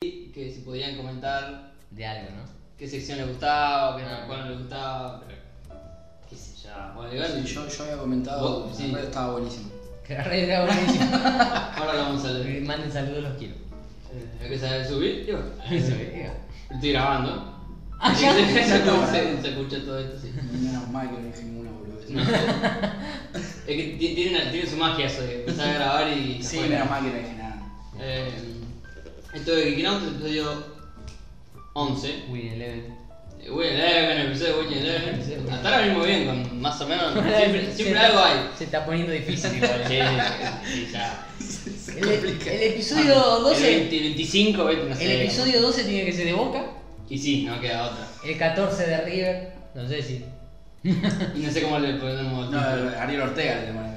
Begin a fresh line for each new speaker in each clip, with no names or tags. que si podían comentar
de algo, ¿no?
qué sección les gustaba, qué
Ah.
no, cuál no les gustaba, qué sé yo. Bueno, igual
Sí, yo, yo había comentado,
Vos,
la
sí.
red estaba buenísimo.
Que la red era buenísima.
ahora lo vamos a leer.
Me Manden saludos, los quiero.
Eh, Hay que saber subir, yo.
Eso, eh.
Estoy grabando.
Ah, ya.
Se, se- se- se escucha todo esto, sí.
Menos mal que no dije ninguna boludez.
No. Es que ti- tiene, una- tiene su magia eso de empezar a grabar y.
Sí,
bueno.
menos mal que no dije nada.
Eh, esto de Kikinauts, episodio 11.
Win Eleven.
Eh, Win Eleven, el episodio de Win
Sí,
Eleven.
bueno.
Hasta ahora mismo bien, con más o menos. Siempre,
Se
siempre
está-
algo hay.
Se está poniendo difícil igual.
Sí, sí, ya.
El, el episodio 12.
Ah, El 20, 25, 20, no sé.
El episodio 12 tiene que ser de Boca,
Y sí, no queda otra.
el 14 de River, no sé si.
Y no sé cómo le ponemos.
No, Ariel Ortega le llamaba.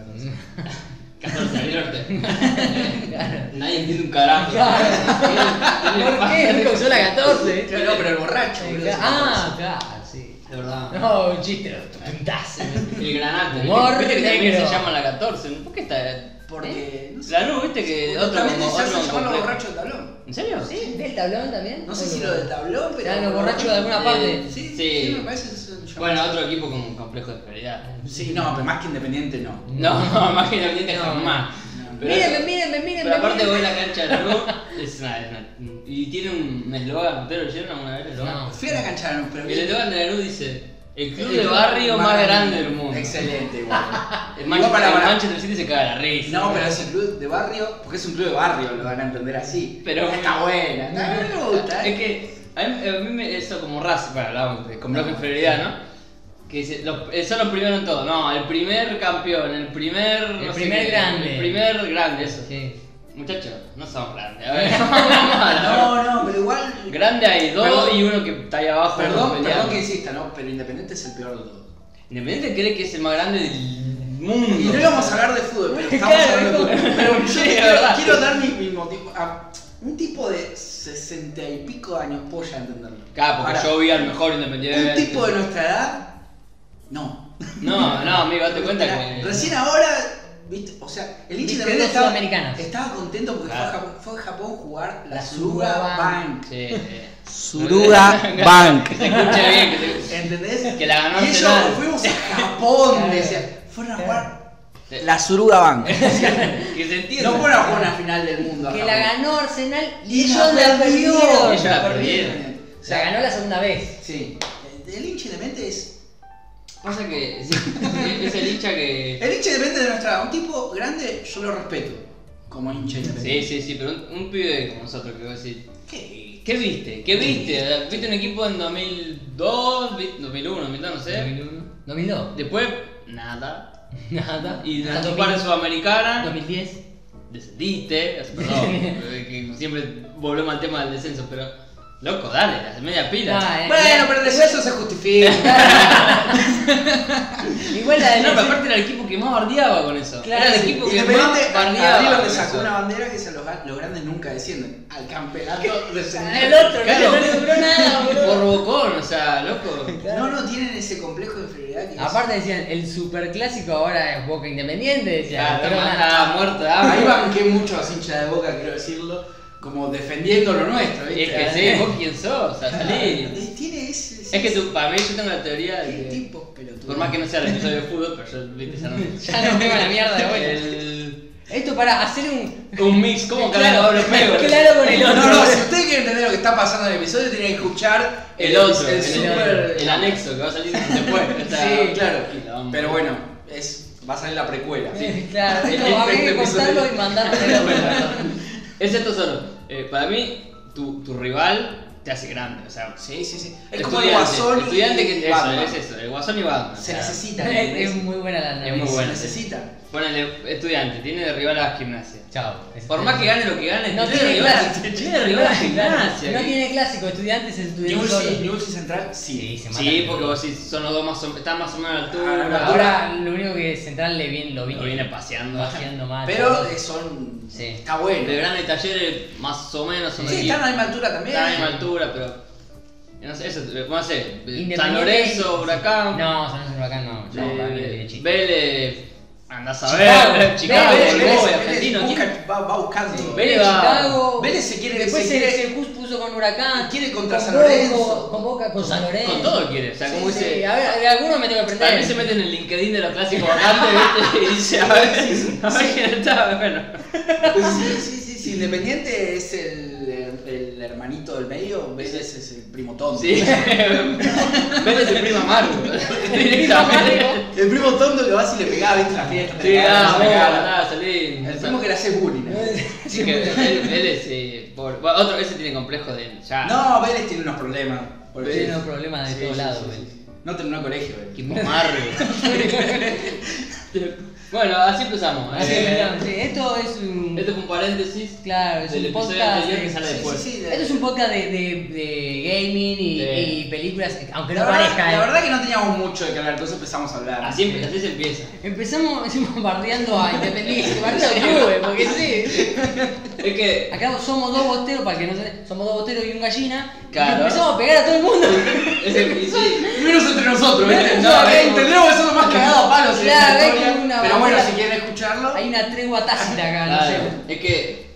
14 del norte. Nadie entiende un carajo.
¿Por qué? Rico usó la 14.
Claro, pero el borracho, boludo.
Ah, claro, sí.
De verdad.
No, un chiste, lo pintaste.
El granate.
Humor
¿Viste que también
negro.
se llama la 14? ¿Por qué está.?
Porque. no sé,
¿eh? La luz, viste que otro
justamente
como otro
se hace llamar los
complejo.
borrachos del tablón.
¿En serio?
¿Sí? ¿Del tablón también?
No sé si lo del tablón, pero. eh,
Eran los borrachos de alguna parte.
Sí, sí,
Sí.
me parece que se llama.
Bueno, otro equipo con un complejo de prioridad.
Sí, no, pero más que independiente no.
No, más que independiente
No.
jamás. Pero-
Mírenme, mírenme, mírenme.
Pero aparte
mírenme.
voy a la cancha de la luz. Es una, es una- y tiene un eslogan, ¿ustedes lo leyeron alguna vez el eslogan?
No.
Fui a la cancha de los pero.
El eslogan de la luz dice: El club de barrio más grande del mundo.
Excelente, igual.
El Manchester,
Igual para- para-
el Manchester City se caga la risa.
No, pero es el club de barrio, porque es un club de barrio, lo van a entender así.
Pero-
está buena, está- a mí me gusta.
Es
eh.
que a mí, a mí me, eso como raza, bueno, hablábamos de complejo de inferioridad, ¿no? Que dice, los- eh, son los primeros en todo, no, el primer campeón, el primer...
El
no sé
primer
qué,
grande.
El primer grande, eso.
Sí.
Muchachos, no somos grandes, a ver. vamos a la-
No, no, pero igual.
Grande hay dos
Perdón.
y uno que está ahí abajo.
Perdón,
peleando.
perdón que insista, ¿no? Pero Independiente es el peor de todos.
Independiente cree que es el más grande del mundo.
Y no íbamos a hablar de fútbol, pero estamos
Claro,
hablando de
es
fútbol.
como-
Pero yo
Sí, es
quiero,
verdad.
quiero dar mi, mi motivo. A un tipo de sesenta y pico de años polla entenderlo.
Claro, porque
Ahora,
yo vi al mejor Independiente.
Un tipo de nuestra edad. No.
No, no, amigo, date cuenta
Era-
que...
Recién ahora. ¿Viste? O sea, el
Viste,
hincha independiente
dos
estaba,
sudamericanas.
estaba contento porque fue a
Claro.
Japón- fue a Japón a jugar la,
La
Suruga
Suruga
Bank.
Sí, sí.
Suruga Bank.
Que se escuche bien, que se...
¿Entendés?
Que la ganó
Y ellos
Arsenal.
fuimos a Japón,
Claro.
decía, fueron a jugar
Sí.
la Suruga Bank.
Que se entienda.
No fueron a jugar una final del mundo. a
Que la
Japón.
ganó Arsenal
Y
y
ellos
ellos la
la
perdieron.
Ellos la
perdieron.
O sea, ganó la segunda vez.
Sí. El hincha independiente es.
Pasa que sí, es el hincha que.
El hincha independiente de nuestra. Un tipo grande, yo lo respeto. Como
Sí,
hincha independiente.
sí, sí, pero un, un pibe como nosotros que vos decís.
¿Qué?
¿Qué viste? ¿Qué viste? ¿Viste un equipo en 2002, vi- 2001, 2002, no sé?
2002.
Después, nada.
Nada.
Y de
Hasta
las dos pares sudamericanas,
2010.
descendiste. o sea, Perdón, eh, que siempre volvemos al tema del descenso, pero. Loco, dale, hace media pila.
Ah, eh,
Bueno,
la-
pero el descenso se justifica.
Igual la de
no, pero aparte era el equipo que más bardeaba con eso.
Claro,
era el
sí.
equipo que
Independiente,
más bardeaba.
arriba te
con
sacó
eso.
una bandera que se los, los grandes nunca descienden. Al campeonato descendieron.
El otro,
Claro.
no logró nada,
Por
boludo.
bocón, o sea, loco.
No, no tienen ese complejo de inferioridad que es-
Aparte decían, el superclásico ahora es Boca Independiente, decían.
Ya,
pero nada.
está muerto de hambre.
Ah, Ahí banqué mucho a los hinchas de boca, quiero decirlo. Como defendiendo lo nuestro,
Es
¿viste?
que sí, vos quién sos, o sea, salí.
Eh, Tiene ese.
Es que tú, para mí yo tengo la teoría de
¿Qué
que,
tipo pelotudo?
por más que no sea el episodio de fútbol, pero yo viste ya no
Ya no tengo la mierda de vuelta.
El-
Esto para hacer un.
Un mix, ¿cómo carajo
claro,
hablo feo?
claro con el
No,
otro.
no, si ustedes quieren entender lo que está pasando en el episodio, tienen que escuchar
El otro,
el
el,
super-
el anexo que va a salir después. o sea,
Sí, claro.
tranquila, vamos.
Pero bueno, es, va a salir la precuela.
Eh, Claro,
El
esto habría que
este episodio.
contarlo y mandarlo.
Es esto solo. Eh, para mí, tu, tu rival te hace grande, o sea.
Sí, sí, sí. Es
estudiante,
como el guasón. y
estudiante que eso,
Batman.
es eso, el guasón y Batman.
Se
o sea,
necesita.
Es es muy buena la
Es muy
análisis.
Se
buena.
necesita.
Ponele, estudiante, tiene de rival a gimnasia.
Chao.
Por más que gane lo que gane,
No
tiene de
tiene
rival,
clase.
tiene de rival a gimnasia. ¿eh?
No
que-
tiene clásico, estudiantes estudiantes
Newell's y-
solo.
Newell's y Central, sí.
se
Sí,
matan.
porque vos sí, son los dos más o- están más o menos a la altura.
Ah,
Ahora lo único que Central le viene, lo vi
Lo viene paseando.
paseando mal.
Pero eh, son.
Sí.
Está
De
bueno.
grande talleres más o menos son
Sí,
de-
están a la misma altura también.
están a la misma altura, pero. eh, No sé, eso, vamos a hacer. San
Independiente-
Lorenzo, Huracán,
No, San Lorenzo Huracán no.
eh,
Yo, para mí, de chiste.
Vélez, Andás a ver, Chicago,
Vélez,
Chicago,
Vélez,
Argentino.
Vélez
¿quién?
busca- va, va buscando.
Vélez- va.
Chicago.
Vélez se quiere-
Después
se
se,
quiere-
se pus- puso con Huracán.
Quiere contra
con
San
Boca,
Lorenzo.
Con Boca, con San Lorenzo.
Con todo quiere, o sea, como
Sí, sí,
dice.
A ver, de alguno me tengo que
Para mí se
aprender.
meten en el LinkedIn de los clásicos vacantes, ¿viste? Y dice, a ver, a ver quién está. Bueno,
Sí, sí, sí, sí. Independiente es el, el hermanito del medio, Vélez es el primo tonto.
sí. Vélez el primo amargo. Directamente.
El primo tonto que vas y le pegaba, viste, en la fiesta.
Sí, ah, venga,
le pegaba.
andá, salí.
El primo que le hace bullying. ¿eh?
Así que él, él es eh, pobre. Bueno, otro, ese tiene complejo de. Ya.
No, Vélez tiene unos problemas. Por
Tiene
eso.
unos problemas de
Sí,
todos
sí,
lados,
sí,
Vélez.
sí. No terminó el colegio, Vélez.
Equipo amargo. bueno, así empezamos.
Así
Eh,
que, mira, sí, esto es un.
Este fue un paréntesis.
claro, es
del
un
episodio
podcast.
anterior que
de-
sale
sí,
después.
sí, sí, de- Esto es un podcast de, de- de gaming y,
Sí.
y películas, aunque no
La verdad,
parezca.
la
eh.
verdad que no teníamos mucho de que hablar, entonces empezamos a hablar.
Así, empe- así se empieza.
Empezamos, decimos, bardeando a Independiente, bardeando a clubes, porque sí.
Es que.
Acá somos dos bosteros, para el que no se somos dos bosteros y un gallina.
Claro.
Y empezamos a pegar a todo el mundo.
Es el, y sí,
Menos entre nosotros, ¿viste?
No,
No,
no,
eh,
no.
tendremos que ser los más cagados a palos en
Claro,
esta
hay
historia.
como una
Pero bueno,
bandera.
si quieren escucharlo.
Hay una tregua tácita acá, Ah, no
claro,
sé.
es que.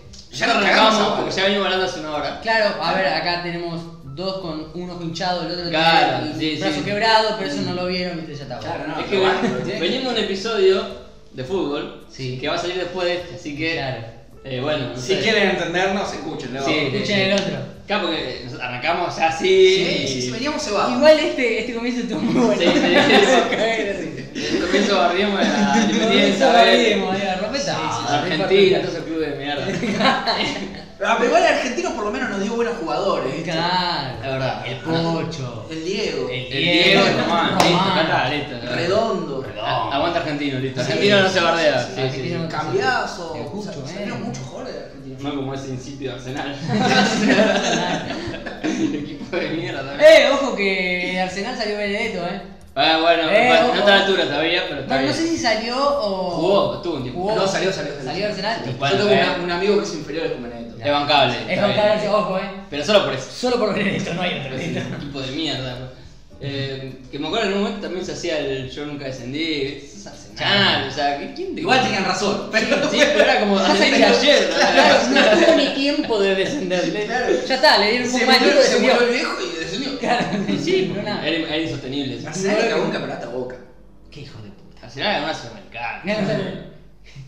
Ya
Ya nos cagamos a
arrancamos, porque
palo.
ya venimos hablando hace una hora.
Claro, a ver, acá tenemos dos con un ojo hinchado, el otro
Claro,
tiene el
sí,
brazo
sí.
quebrado, pero eso no lo vieron, viste, ya estaba.
Claro, no,
es que
pero bueno,
ven-
lo tiene que-
venimos de un episodio de fútbol
Sí.
que va a salir después de este, así que.
Claro.
eh, bueno, no
Si
sé.
quieren entendernos, escúchenlo.
Sí.
Escuchen el otro.
Claro, porque nos arrancamos ya así.
Sí,
y-
sí, sí, veníamos cebados.
Igual este, este comienzo estuvo muy bueno.
Sí, sí,
sí.
El comienzo barrimos a la Independiente, a ver,
eh, Ah,
a Argentina, todos esos clubes de mierda.
Ah, pero igual el argentino por lo menos nos dio buenos jugadores. ¿viste?
La verdad.
El Pocho.
El Diego.
El-
El Diego,
Diego,
Román,
Román.
listo, acá está, listo. la verdad.
Redondo.
A- Aguanta argentino, listo. Argentino no se bardea.
sí,
Sí, sí,
argentino
sí.
no.
Cambiazo.
El Cucho,
Sa-
eh.
Salieron muchos jugadores de Argentina.
No como ese incipio Arsenal. Equipo de mierda también.
Eh, ojo que de Arsenal salió Benedetto, eh.
Ah, bueno,
Eh,
bueno,
ojo.
no está a la altura todavía, pero está
Bueno, no sé
bien.
si salió o.
Jugó, estuvo un tiempo.
Jugó.
No, salió, salió, salió.
Salió Arsenal.
Sí.
Yo
Bueno,
tengo
eh.
una- un amigo que es inferior al Comeneto.
Es bancable. está
Es
bien.
bancable, ojo, eh.
Pero solo por eso.
Solo por Benedetto, no hay otro Benedetto.
Equipo de mierda. Eh, que me acuerdo en un momento también se hacía el yo nunca descendí. Es Arsenal, o sea, ¿qué- ¿quién te
Igual tenían razón. Pero
Sí, pero era como
Pasa
antes
que
de ayer. ¿no?
Claro, no tuvo ni tiempo de descenderle.
Claro.
Ya está, le dieron un
se
poco más de
murió,
tiempo y
se
descendió.
murió el viejo y descendió.
Claro,
Sí,
no
era,
nada.
era insostenible. eso.
Arsenal le cagó un campeonato a Boca.
Qué hijo de puta.
Arsenal ganó a Sudamericana.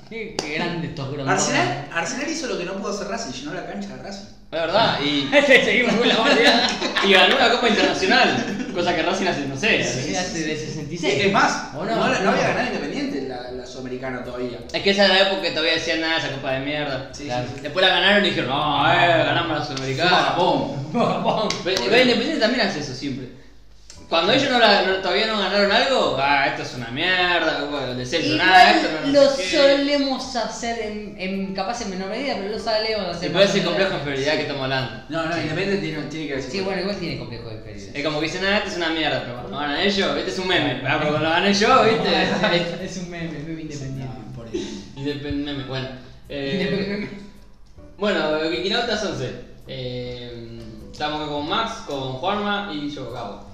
Qué qué grande estos grondones.
Arsenal, Arsenal hizo lo que no pudo hacer Racing, llenó la cancha de Racing.
La verdad, y,
Seguimos con la bandera.
y ganó una Copa Internacional, cosa que Racing hace, no sé.
Sí, hace de 66.
Es más,
¿O
no, la- no había ganado Independiente la, la Sudamericana todavía.
Es que esa era la época que todavía decían nada, esa copa de mierda.
Sí,
Claro.
sí, sí.
Después la ganaron y dijeron, no, eh, ganamos la
Fuimos a
Sudamericana.
Japón.
Japón.
Ve- ve, Independiente también hace eso siempre. Cuando ellos no la- no- todavía no ganaron algo, ah, esto es una mierda, bueno, el descenso, nada, esto no,
Igual
no
lo
sé qué.
solemos hacer en, en- capaz en menor medida, pero lo solemos hacer.
Y puede
más
ser
o menos.
complejo de inferioridad que estamos hablando.
No, no, Independiente tiene, tiene que decir.
Sí, bueno, igual tiene complejo de inferioridad.
Es como que dicen, ah, esto es una mierda, pero cuando ganan ellos, este es un meme, ah, pero cuando lo gané yo, viste,
Este es un meme, meme independiente.
No, por eso.
Independ meme, bueno. eh,
Independiente.
Bueno, Vikinautas 11. Eh, estamos con Max, con Juanma y yo, Gabo.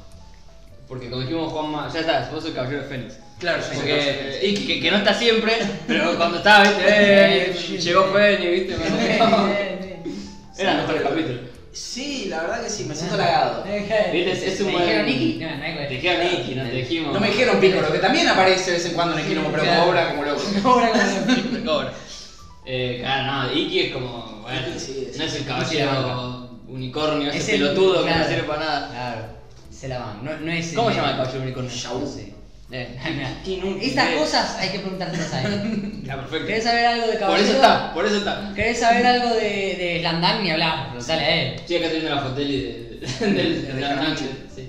Porque como dijimos Juanma, ya está, vos sos el caballero de Fénix.
Claro, sí,
Porque, y que, que no está siempre, pero cuando estaba, viste, eh, llegó Fénix, viste, me Era nuestro capítulo.
Sí, la verdad que sí, me siento halagado.
Viste, es, es un
¿Te
buen-
dijeron Nicky? No, no hay
Te dijeron Nicky, no te dijimos.
No me dijeron Piccolo, que también aparece de vez en cuando en el quilombo, pero
Claro.
cobra como loco.
Ahora con el-
Siempre cobra. Eh, claro, no, Iki es como. Bueno,
Iki sí, sí.
no es el caballero unicornio, ese
Es el-
pelotudo que no
claro.
sirve para nada.
Claro, se la van. No, no es
¿Cómo se llama el caballero unicornio?
Shaw.
Sí.
Eh,
Mira,
inútil
Estas
es.
cosas hay que preguntárselas a él.
Ya, Ah, perfecto.
¿Querés saber algo de
Por
caballero?
eso está, por eso está.
¿Querés saber algo de, de Slandang? Ni hablar, preguntale a él.
Estoy acá teniendo la fotelli del del- del-
De
del
Carranche.
Hernández, sí.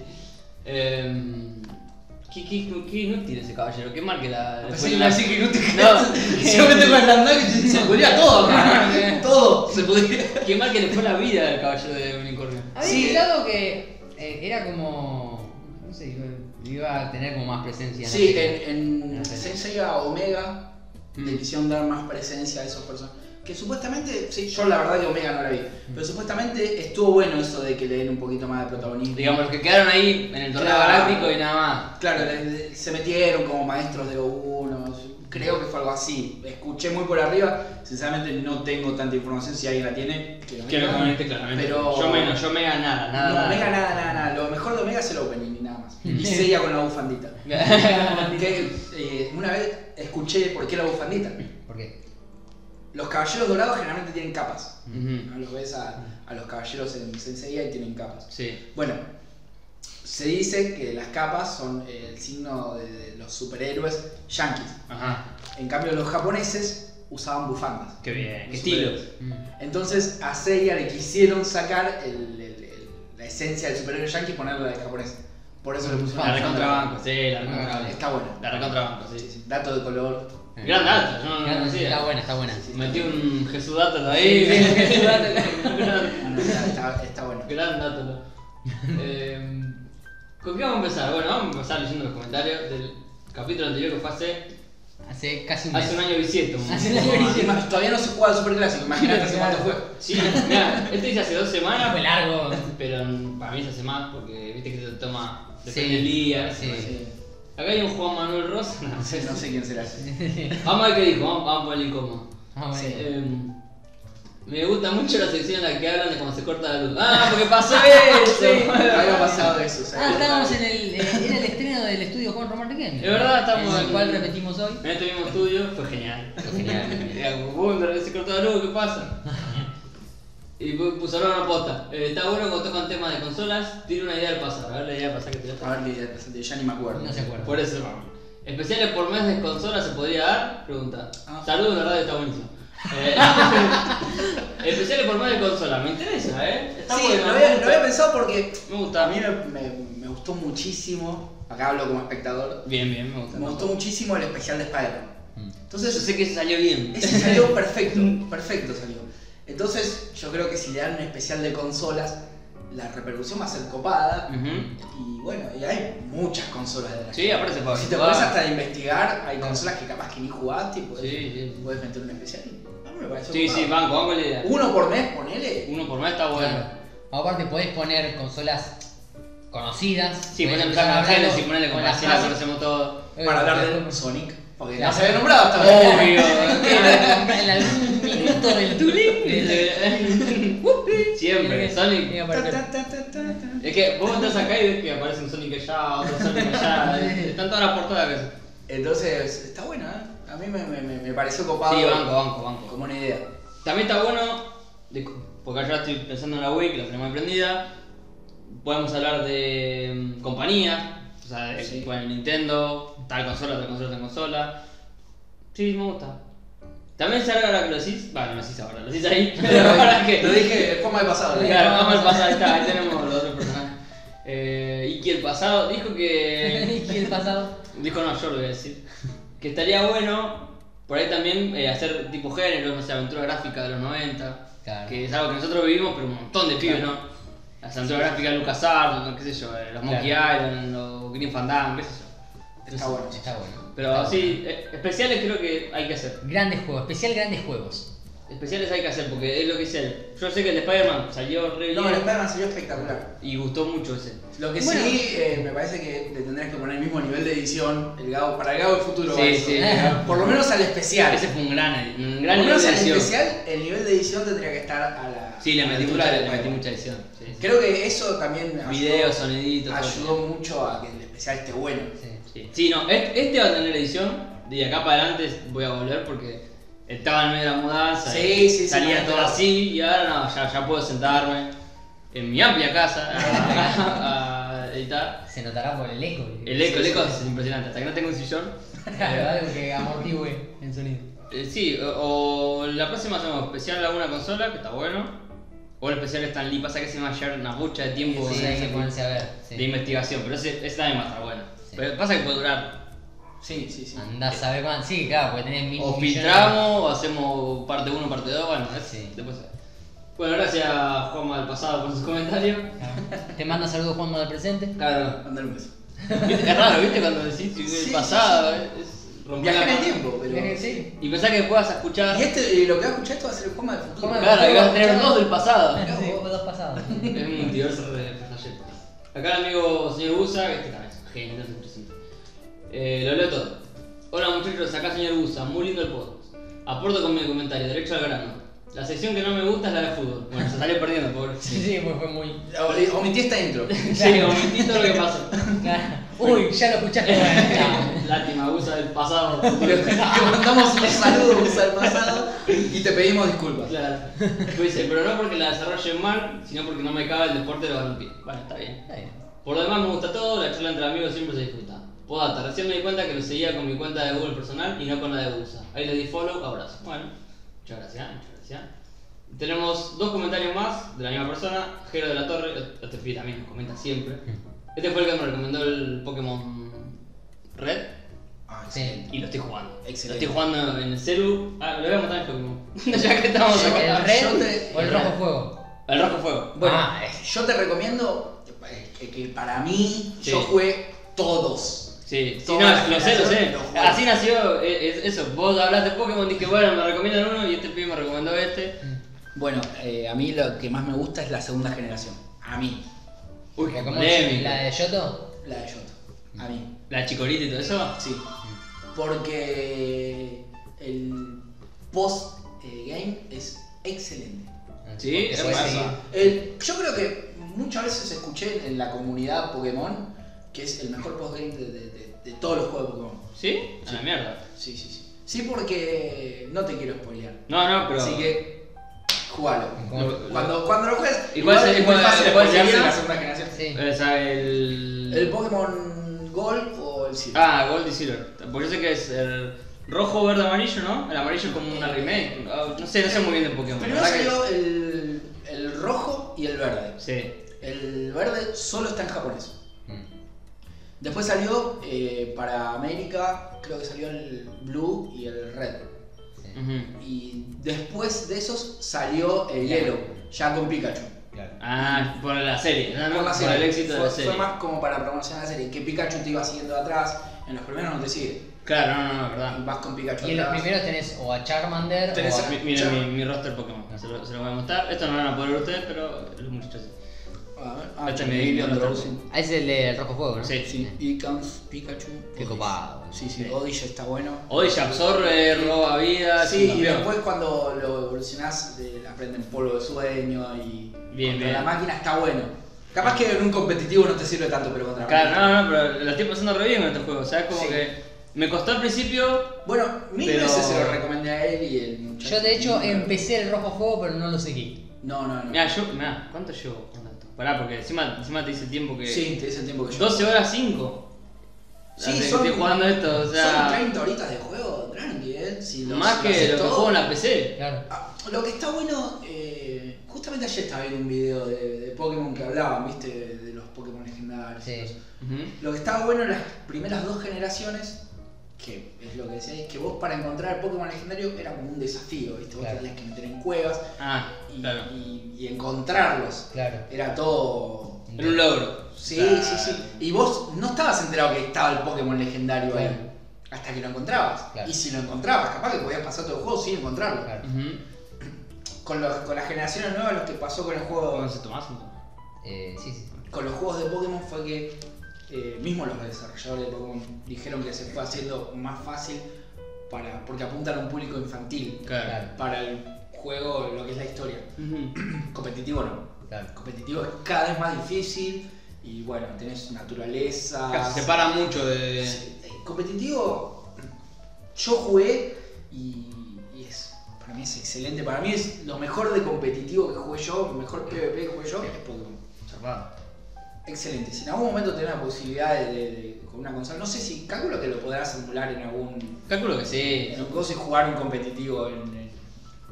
Em, qué, qué- qué inútil ese caballero, qué mal que la.
Ah, Pensé
fue
que iba a
la-
decir que inútil que
No. Ah,
es. Yo me tengo el andar y se podría todo, acá. todo se podría.
Qué mal que le fue la vida al caballero de unicornio.
Había
Sí.
escuchado que eh, era como. No sé, iba- iba a tener como más presencia. en la
Sí,
serie.
en, en
No sé.
Sensei a Omega le
Mm.
quisieron dar más presencia a esos personajes. Que supuestamente, sí, yo la verdad que Omega no la vi,
Mm.
pero supuestamente estuvo bueno eso de que le den un poquito más de protagonismo.
Digamos, los que quedaron ahí en el torneo
Claro.
galáctico y nada más.
Claro, le- le- se metieron como maestros de unos, Creo que fue algo así. Escuché muy por arriba. Sinceramente no tengo tanta información. Si alguien la tiene, que lo
Que lo comente claramente.
Pero-
Yo menos, yo mega nada, nada.
no,
nada.
Omega nada, nada, nada. Lo mejor de Omega es el opening y nada más. Y Seiya con la bufandita. Que, eh, una vez escuché por qué la bufandita.
¿Por qué?
Los caballeros dorados generalmente tienen capas.
Ujú.
¿no? Los ves a, a los caballeros en en Seiya y tienen capas.
Sí.
Bueno, se dice que las capas son el signo de, de los superhéroes yankees.
Ajá.
En cambio, los japoneses usaban bufandas.
Qué bien. Qué
Los
estilo.
superhéroes.
Mm.
Entonces, a Seiya le quisieron sacar el- el- el- la esencia del superhéroe yankee y ponerla de japonés. Por eso le pusieron
La
Ah,
recontrabanco, sí, la recontrabanco.
Está bueno.
La recontrabanco,
Sí,
sí.
sí. Dato de color.
Gran dato, yo no lo
Mm. Gran- Está
conocía.
buena, está buena.
Sí,
Metí
está bueno.
un Jesús Dátalo
Sí,
ahí.
sí, Jesús Dátalo.
Gran-
No, no, está, está- está bueno.
Gran dato. Eh, ¿Con qué vamos a empezar? Bueno, vamos a empezar leyendo los comentarios del capítulo anterior que fue hace,
Hace casi un mes.
hace un año bisiesto.
Hace un año bisiesto.
Ima- Todavía no se juega al superclásico, imagínate hace cuánto fue.
Sí, mira, este dice hace dos
Ah, fue
semanas,
largo.
pero mm, para mí se hace más porque viste que te toma depende
Sí,
del día.
sí.
Sí.
Acá hay un Juan Manuel Rosa. No sé.
No sé quién será.
Vamos a ver qué dijo, vamos, vamos a ponerle incómodo.
Ah, bueno.
Em, me gusta mucho la sección en la que hablan de cómo se corta la luz. ¡Ah, porque pasó eso!
Algo ha pasado eso.
Ah,
¿sabes?
estábamos en el, eh, era el estreno del estudio Juan Román Riquelme.
Es verdad, estamos
En el
en-
cual repetimos hoy.
En este mismo estudio fue genial.
Fue genial.
Era como, boom, de repente se cortó la luz, ¿qué pasa? Y pu- pusieron una posta. Eh, está bueno cuando tocan temas de consolas, tiene una idea del pasado. A ver la idea del pasado que tiraste.
A ver, Lidia, presente, ya ni me acuerdo.
No se acuerda.
Por e- eso vamos. ¿Especiales por mes de consolas se podría dar? Pregunta.
Ah.
Saludos, la radio está buenísimo. Eh, especiales por mes de consolas, me interesa, ¿eh? Está
Sí,
bueno,
lo
me
había, lo
gusta.
había pensado porque
Me
a
gusta.
mí me, me- me gustó muchísimo, acá hablo como espectador,
Bien, bien, me gusta.
me gustó muchísimo el especial de Spider-Man.
Mm.
Yo
Entonces,
sé que se salió bien.
ese salió perfecto, perfecto salió. Entonces, yo creo que si le dan un especial de consolas, la repercusión va a ser copada.
Ujú.
Y bueno, y hay muchas consolas de la
Sí, aparece Pablo.
Si te pones hasta a investigar, hay consolas que capaz que ni jugaste y podés,
Sí, sí.
podés meter un especial. y, ah, me pareció
Sí,
copado.
sí, Eh, banco, banco la idea.
Uno por mes, ponele.
Uno por mes está bueno.
Claro. Aparte podés poner consolas conocidas.
Sí,
podés
podés empezar con
hablando
Genesis y ponerle como
con las
así la
frases.
conocemos todos.
Eh,
Para hablar de
después-
Sonic. Porque
La-
no se había nombrado hasta ahora.
Obvio.
en algún minuto del
Eh,
Eh,
Siempre, Sonic.
Ta, ta, ta, ta, ta.
Es que vos entras acá y ves que aparece un Sonic allá, otro Sonic allá. Están todas las portadas acá.
Entonces, está buena, ¿eh? A mí me, me- me- me pareció copado.
Sí, banco, banco, banco.
Como una idea.
También está bueno, de- porque allá estoy pensando en la Wii, que la tenemos emprendida. Podemos hablar de mm, compañía, o sea, de
Sí.
bueno, Nintendo, tal consola, tal consola, tal consola. Sí, me gusta. También se ahora que lo decís, bueno, lo decís ahora, lo decís ahí, pero ahora que.
Lo dije de forma de pasado. ¿no?
Claro, vamos al pasado, ahí está, ahí tenemos los otros personajes. Eh, y que el pasado dijo que.
¿Y el pasado?
Dijo no, yo lo voy a decir. Que estaría bueno por ahí también eh, hacer tipo género, no sé, aventura gráfica de los 90.
Claro.
Que es algo que nosotros vivimos, pero un montón de pibes, ¿no? Las aventuras gráficas de Lucas qué sé yo, eh, los Monkey Island, los Green Fandango, qué sé yo.
Está bueno.
Está bueno.
Pero
Está
sí, eh, especiales creo que hay que hacer.
bueno. Grandes juegos, especial grandes juegos.
Especiales hay que hacer porque es lo que es él. Yo sé que el de Spider-Man salió re
No, el
bien
Spider-Man salió espectacular.
y gustó mucho ese.
Lo que
Bueno.
sí, eh, me parece que le tendrás que poner el mismo nivel de edición el Gabo, para el Gabo del futuro.
Sí,
va eso.
sí.
Por lo menos al especial.
Ese fue un gran, un
Por
gran
lo menos al
edición.
especial, el nivel de edición tendría que estar a la.
Sí, le
a la
metí, mucha,
altura
le
del
metí
juego.
mucha edición. Sí, sí.
Creo que eso también ayudó-
Videos, soniditos. todo.
ayudó mucho a que el especial esté bueno.
Sí.
Sí, Sí, no, est- este va a tener edición. De acá para adelante voy a volver porque estaba en medio de la mudanza.
Sí,
y
sí, sí,
Salía
me
todo
acuerdo.
así y ahora no, ya, ya puedo sentarme en mi amplia casa a, a editar.
Se notará por el eco.
El eco, el eco es impresionante. Hasta que no tengo un sillón.
Claro, algo que amortigüe el sonido.
Eh, sí, o, o la próxima hacemos especial a una consola, que está bueno. O el especial de Stan Lee. Pasa que se me va a llevar una bucha de tiempo.
Sí,
de-
hay que ponerse a ver. sí.
de investigación, pero ese, ese también va a estar bueno.
Sí.
Pero pasa que puede durar.
Sí, sí, sí.
Ah.
Andás a saber cuándo. Sí, claro, porque tenés mil.
O
millones de-
filtramos, o hacemos parte 1, parte 2, bueno, es-
Sí.
después. Bueno, gracias Juanma del pasado por sus comentarios.
Claro. Ah. Te manda saludos Juanma del presente.
Claro.
Mandar un beso.
Es raro, ¿viste? Cuando decís si
Sí,
el
sí,
pasado, es- es romper
Viajar
la
en el
mano.
tiempo, pero.
Eh, Sí.
Y pensás que puedas escuchar.
Y este, y lo que va a escuchar esto va a ser el coma del futuro.
Juanma-
Claro, y vas a tener dos del pasado.
Mirá vos, dos pasados.
es un multiverso de Flash. Acá el amigo señor Busa, que este también es un genio, es un presente. Eh, lo leo todo. Hola muchachos, acá señor Busa, muy lindo el podcast. Aporto con mi comentario, derecho al grano. La sección que no me gusta es la de fútbol. Bueno, se salió perdiendo, pobre.
Sí, sí, pues fue muy.
O- Omití esta intro.
Sí, omití todo lo que pasó.
Uy, ya lo escuchaste.
Lástima, Busa del pasado.
Te mandamos un saludo Gus, al pasado y te pedimos disculpas.
Claro. Pues dice, pero no porque la desarrolle mal, sino porque no me cabe el deporte de los balompiés. Bueno, está bien.
Está bien.
Por lo demás me gusta todo, la charla entre amigos siempre se disfruta. Podata, recién me di cuenta que lo seguía con mi cuenta de Google personal y no con la de Busa. Ahí le di follow, abrazo. Bueno, muchas gracias, muchas gracias. Tenemos dos comentarios más de la misma persona, Jero de la Torre, este pibe también nos comenta siempre. Este fue el que me recomendó el Pokémon Red
Ah,
Sí.
y lo estoy jugando.
Excelente.
Lo estoy jugando en el celu. Ah, lo voy a mostrar en Pokémon. ya que estamos acá.
¿El
yo
red
te-
o el rojo fuego?
El rojo fuego.
Bueno,
Ah, eh.
yo te recomiendo que, que para mí
Sí.
yo jugué todos.
Sí, sí,
Toda
no,
la
lo sé, lo sé.
generación lo
Así nació eh, es- eso. Vos hablas de Pokémon, dije, bueno, me recomiendan uno y este pibe me recomendó este.
Bueno, eh, a mí lo que más me gusta es la segunda generación. A mí.
Uy, qué
Pokémon,
polémico.
¿La de Yoto?
La de Yoto. A mí.
La chicorita y todo eso.
Sí. Porque el post-game es excelente.
Sí,
Porque
es
puedes
masa.
seguir.
El- yo creo que muchas veces escuché en la comunidad Pokémon que es el mejor postgame de, de- de- de todos los juegos de Pokémon.
¿Sí? A la mierda.
Sí, sí, sí. Sí, porque no te quiero spoilear.
No, no, pero.
Así que, jugalo.
ah. Lo-
Cuando, cuando lo juegues,
Igual se-
es muy
igual-
fácil
igual
spoilearse
sería-
la segunda generación.
Sí.
O sea, eh, el.
El Pokémon Gold o el Silver.
Ah, Gold y Silver. Porque yo sé que es el rojo, verde, amarillo, ¿no? El amarillo es como una remake. Ah, No sé, no sé muy bien de Pokémon.
Primero
la verdad
salió el, el rojo y el verde.
que- Sí.
El verde solo está en japonés.
Eh.
Mm.
Después salió eh, para América, creo que salió el blue y el red.
Ujú.
Y después de esos salió el
Claro.
yellow, ya con Pikachu.
Claro.
Ah, por la serie, ¿no?
Por la
Por el
serie.
éxito de
fue,
la
fue
serie.
más como para promocionar la serie, que Pikachu te iba siguiendo de atrás, en los primeros no te sigue.
Claro, no, no, no, verdad.
Vas con Pikachu
Y en los
atrás.
primeros tenés o a Charmander
Tenés
o
a
a...
Mi- Miren
Chao.
mi, mi roster Pokémon, se lo, se lo voy a mostrar. Esto no lo van a poder ver ustedes, pero los muchachos sí.
A ver, ah,
Este
con
me divide
Leon
otro.
Drowsy.
Ah, ese es el del rojo fuego, ¿no?
Sí.
Sí, Icans, Pikachu.
Qué
Oddish.
copado.
Sí, sí, Oddish está bueno.
Hoy ya absorbe, roba vida. es
Sí,
un
y
campeón.
después cuando lo evolucionás eh, aprenden polvo de sueño y
Bien,
contra
bien.
la máquina está bueno. Capaz que en un competitivo no te sirve tanto, pero contra la
Claro,
máquina.
no, no, pero la estoy pasando re bien con este juego. O sea, es como
Sí.
que me costó al principio.
Bueno, mil
Pero-
veces se lo recomendé a él y el muchacho.
Yo de hecho
no,
empecé el rojo fuego pero no lo seguí.
No, no, no.
Mirá, yo. Mirá, ¿cuánto llevo con esto? Pará, porque encima, encima te dice el tiempo que.
Sí, te dice el tiempo que yo.
12 horas 5.
Sí,
Estoy jugando esto, o
son
sea.
30 horitas de juego, tranqui, ¿eh? Si los-
Más
lo
que
haces
lo que
todo.
juego en la PC.
Claro.
Ah, Lo que está bueno, eh, justamente ayer estaba viendo un video de, de Pokémon que hablaban, viste, de, de los Pokémon legendarios.
Sí.
Entonces,
Ujú.
Lo que estaba bueno en las primeras dos generaciones, que es lo que decía, es que vos para encontrar el Pokémon legendario era como un desafío, ¿viste? Vos
Claro.
tenías que meter en cuevas
Ah,
y,
claro.
y- y encontrarlos.
Claro.
Era todo.
Era un logro.
Sí,
Claro.
sí, sí. Y vos no estabas enterado que estaba el Pokémon legendario ahí.
Claro.
Hasta que lo encontrabas.
Claro.
Y si lo encontrabas, capaz que podías pasar todo el juego sin encontrarlo.
Claro.
Ujú.
Con, los- con las generaciones nuevas, lo que pasó con los
¿Cómo
juegos,
se tomás?
Eh, sí, sí.
con los juegos de Pokémon fue que eh, mismo los desarrolladores de Pokémon dijeron que se fue haciendo más fácil para, porque apuntan a un público infantil
Claro.
Claro.
para el juego, lo que es la historia.
Ujú.
Competitivo no.
Claro.
Competitivo es cada vez más difícil y bueno, tenés naturaleza.
Claro, se separa mucho de.
Sí, eh, competitivo yo jugué y, y es para mí es excelente para mí es lo mejor de competitivo que jugué yo lo mejor PvP que jugué yo es Pokémon
Zarpado.
excelente si en algún momento tenés la posibilidad de, de- de- con una consola no sé si calculo que lo podrás emular en algún
Calculo que sí.
en un coso y jugar un competitivo en, en-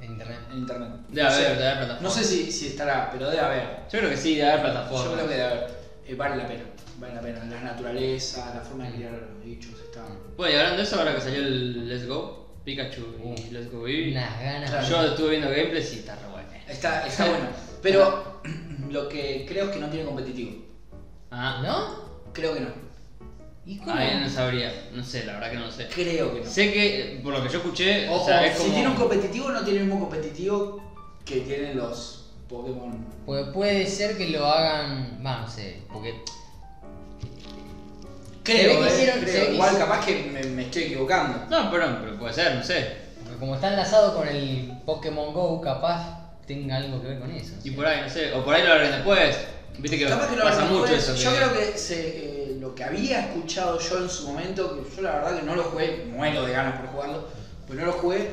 En internet.
en internet
Debe
no, sé.
haber, debe haber plataforma.
No sé si, si estará pero debe haber
Yo creo que sí, debe haber plataforma.
yo creo que debe haber Eh, vale la pena vale la pena la naturaleza la forma de criar a los bichos está
Bueno, y hablando de eso, ahora que salió el Let's Go, Pikachu y
Uh.
Let's Go Eevee,
Unas ganas.
yo estuve viendo gameplays y está re bueno.
Está, está bueno. Pero lo que creo es que no tiene competitivo.
Ah,
¿No?
Creo que no.
¿Y cómo?
ahí no sabría. No sé, la verdad que no lo sé.
Creo que no.
Sé que, eh, por lo que yo escuché,
Ojo,
o sea, es
si
como...
tiene un competitivo, no tiene el mismo competitivo que tienen los Pokémon.
Pues puede ser que lo hagan. Va, no sé. Porque.
Creo,
ve que
eh,
hicieron-
creo.
se ve que
Igual
hicieron-
capaz que me, me estoy equivocando.
No, pero, pero puede ser, no sé.
Porque como está enlazado con el Pokémon GO, capaz tenga algo que ver con eso.
Y por ahí, no sé. O por ahí lo abren después. Viste que,
Capaz que lo
pasa
hagan
mucho
después.
eso.
Yo creo que se, eh, lo que había escuchado yo en su momento, que yo la verdad que no lo jugué, muero de ganas por jugarlo, pero no lo jugué,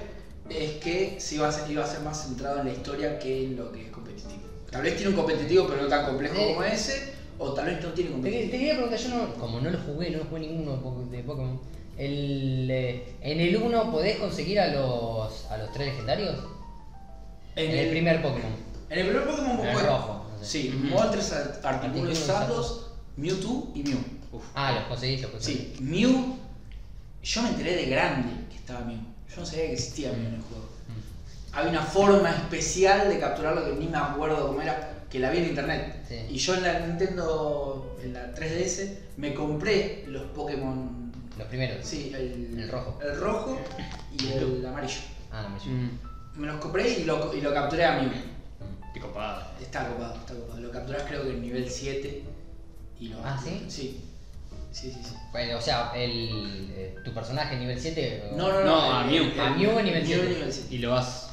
es que se iba a ser, iba a ser más centrado en la historia que en lo que es competitivo. Tal vez tiene un competitivo pero no tan complejo
Sí.
como ese, o tal vez no tiene
Te, que- te
competitivo.
quería preguntar, yo no, como no lo jugué, no lo jugué ninguno de Poké- de Pokémon. El, eh, en el 1 podés conseguir a los, a los tres legendarios. En el, primer Pokémon.
en el primer Pokémon
En el
fue-
rojo, no sé.
Sí,
Ujú.
Moltres, Art- Articuno y
Articuno,
Zapdos, Mewtwo y Mew.
Ah, los conseguís, los conseguís.
Sí, Mew. Yo me enteré de grande que estaba Mew. Yo no sabía que existía Mew en el juego.
Mm,
Había una forma especial de capturarlo que ni me acuerdo cómo era, que la vi en internet.
Sí.
Y yo en la Nintendo, en la 3DS, me compré los Pokémon.
Los primeros.
Sí, el,
El rojo.
El rojo y el amarillo.
Ah, no me llegó.
Mm.
Me los compré y lo, y lo capturé a Mew.
Mm.
Qué copado.
Está copado, está copado. Lo capturás creo que en nivel 7. Y lo
Ah, ¿sí?
Sí. Sí, sí, sí.
Bueno, o sea, el, eh, tu personaje nivel 7. o-
No, no, no.
No, a
el-
Mew.
el-
A Mew en nivel
Mew en
siete.
nivel 7.
Y lo vas.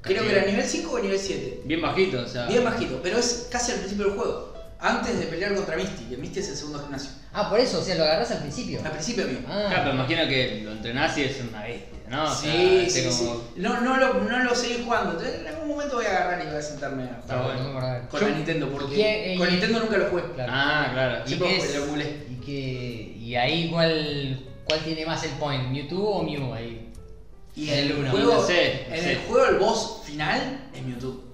Creo que
castigando.
era nivel 5 o nivel 7.
Bien bajito, o sea.
Bien bajito, pero es casi al principio del juego. Antes de pelear contra Misty, que Misty es el segundo gimnasio.
Ah, por eso, o sea, lo agarrás al principio.
Al principio mío.
Ah,
Claro, pero imagino que lo entrenás y es una bestia, ¿no? O sea,
sí, sí,
viste
sí.
como-
No, no, lo, no lo seguí jugando. Entonces, en algún momento voy a agarrar y voy a sentarme a
Está
jugar.
no
bueno.
me acordaba.
Con
Yo-
la Nintendo,
¿Qué-
porque
eh,
con
y-
Nintendo nunca lo jugué.
Claro.
Ah, claro.
¿Y
Siempre
qué
lo
es?
emulé.
¿Y, qué- y ahí cuál, cuál tiene más el point? ¿Mewtwo o Mew ahí?
Y
El
en el
uno,
juego,
no sé, no
en
sé.
el juego el boss final es Mewtwo.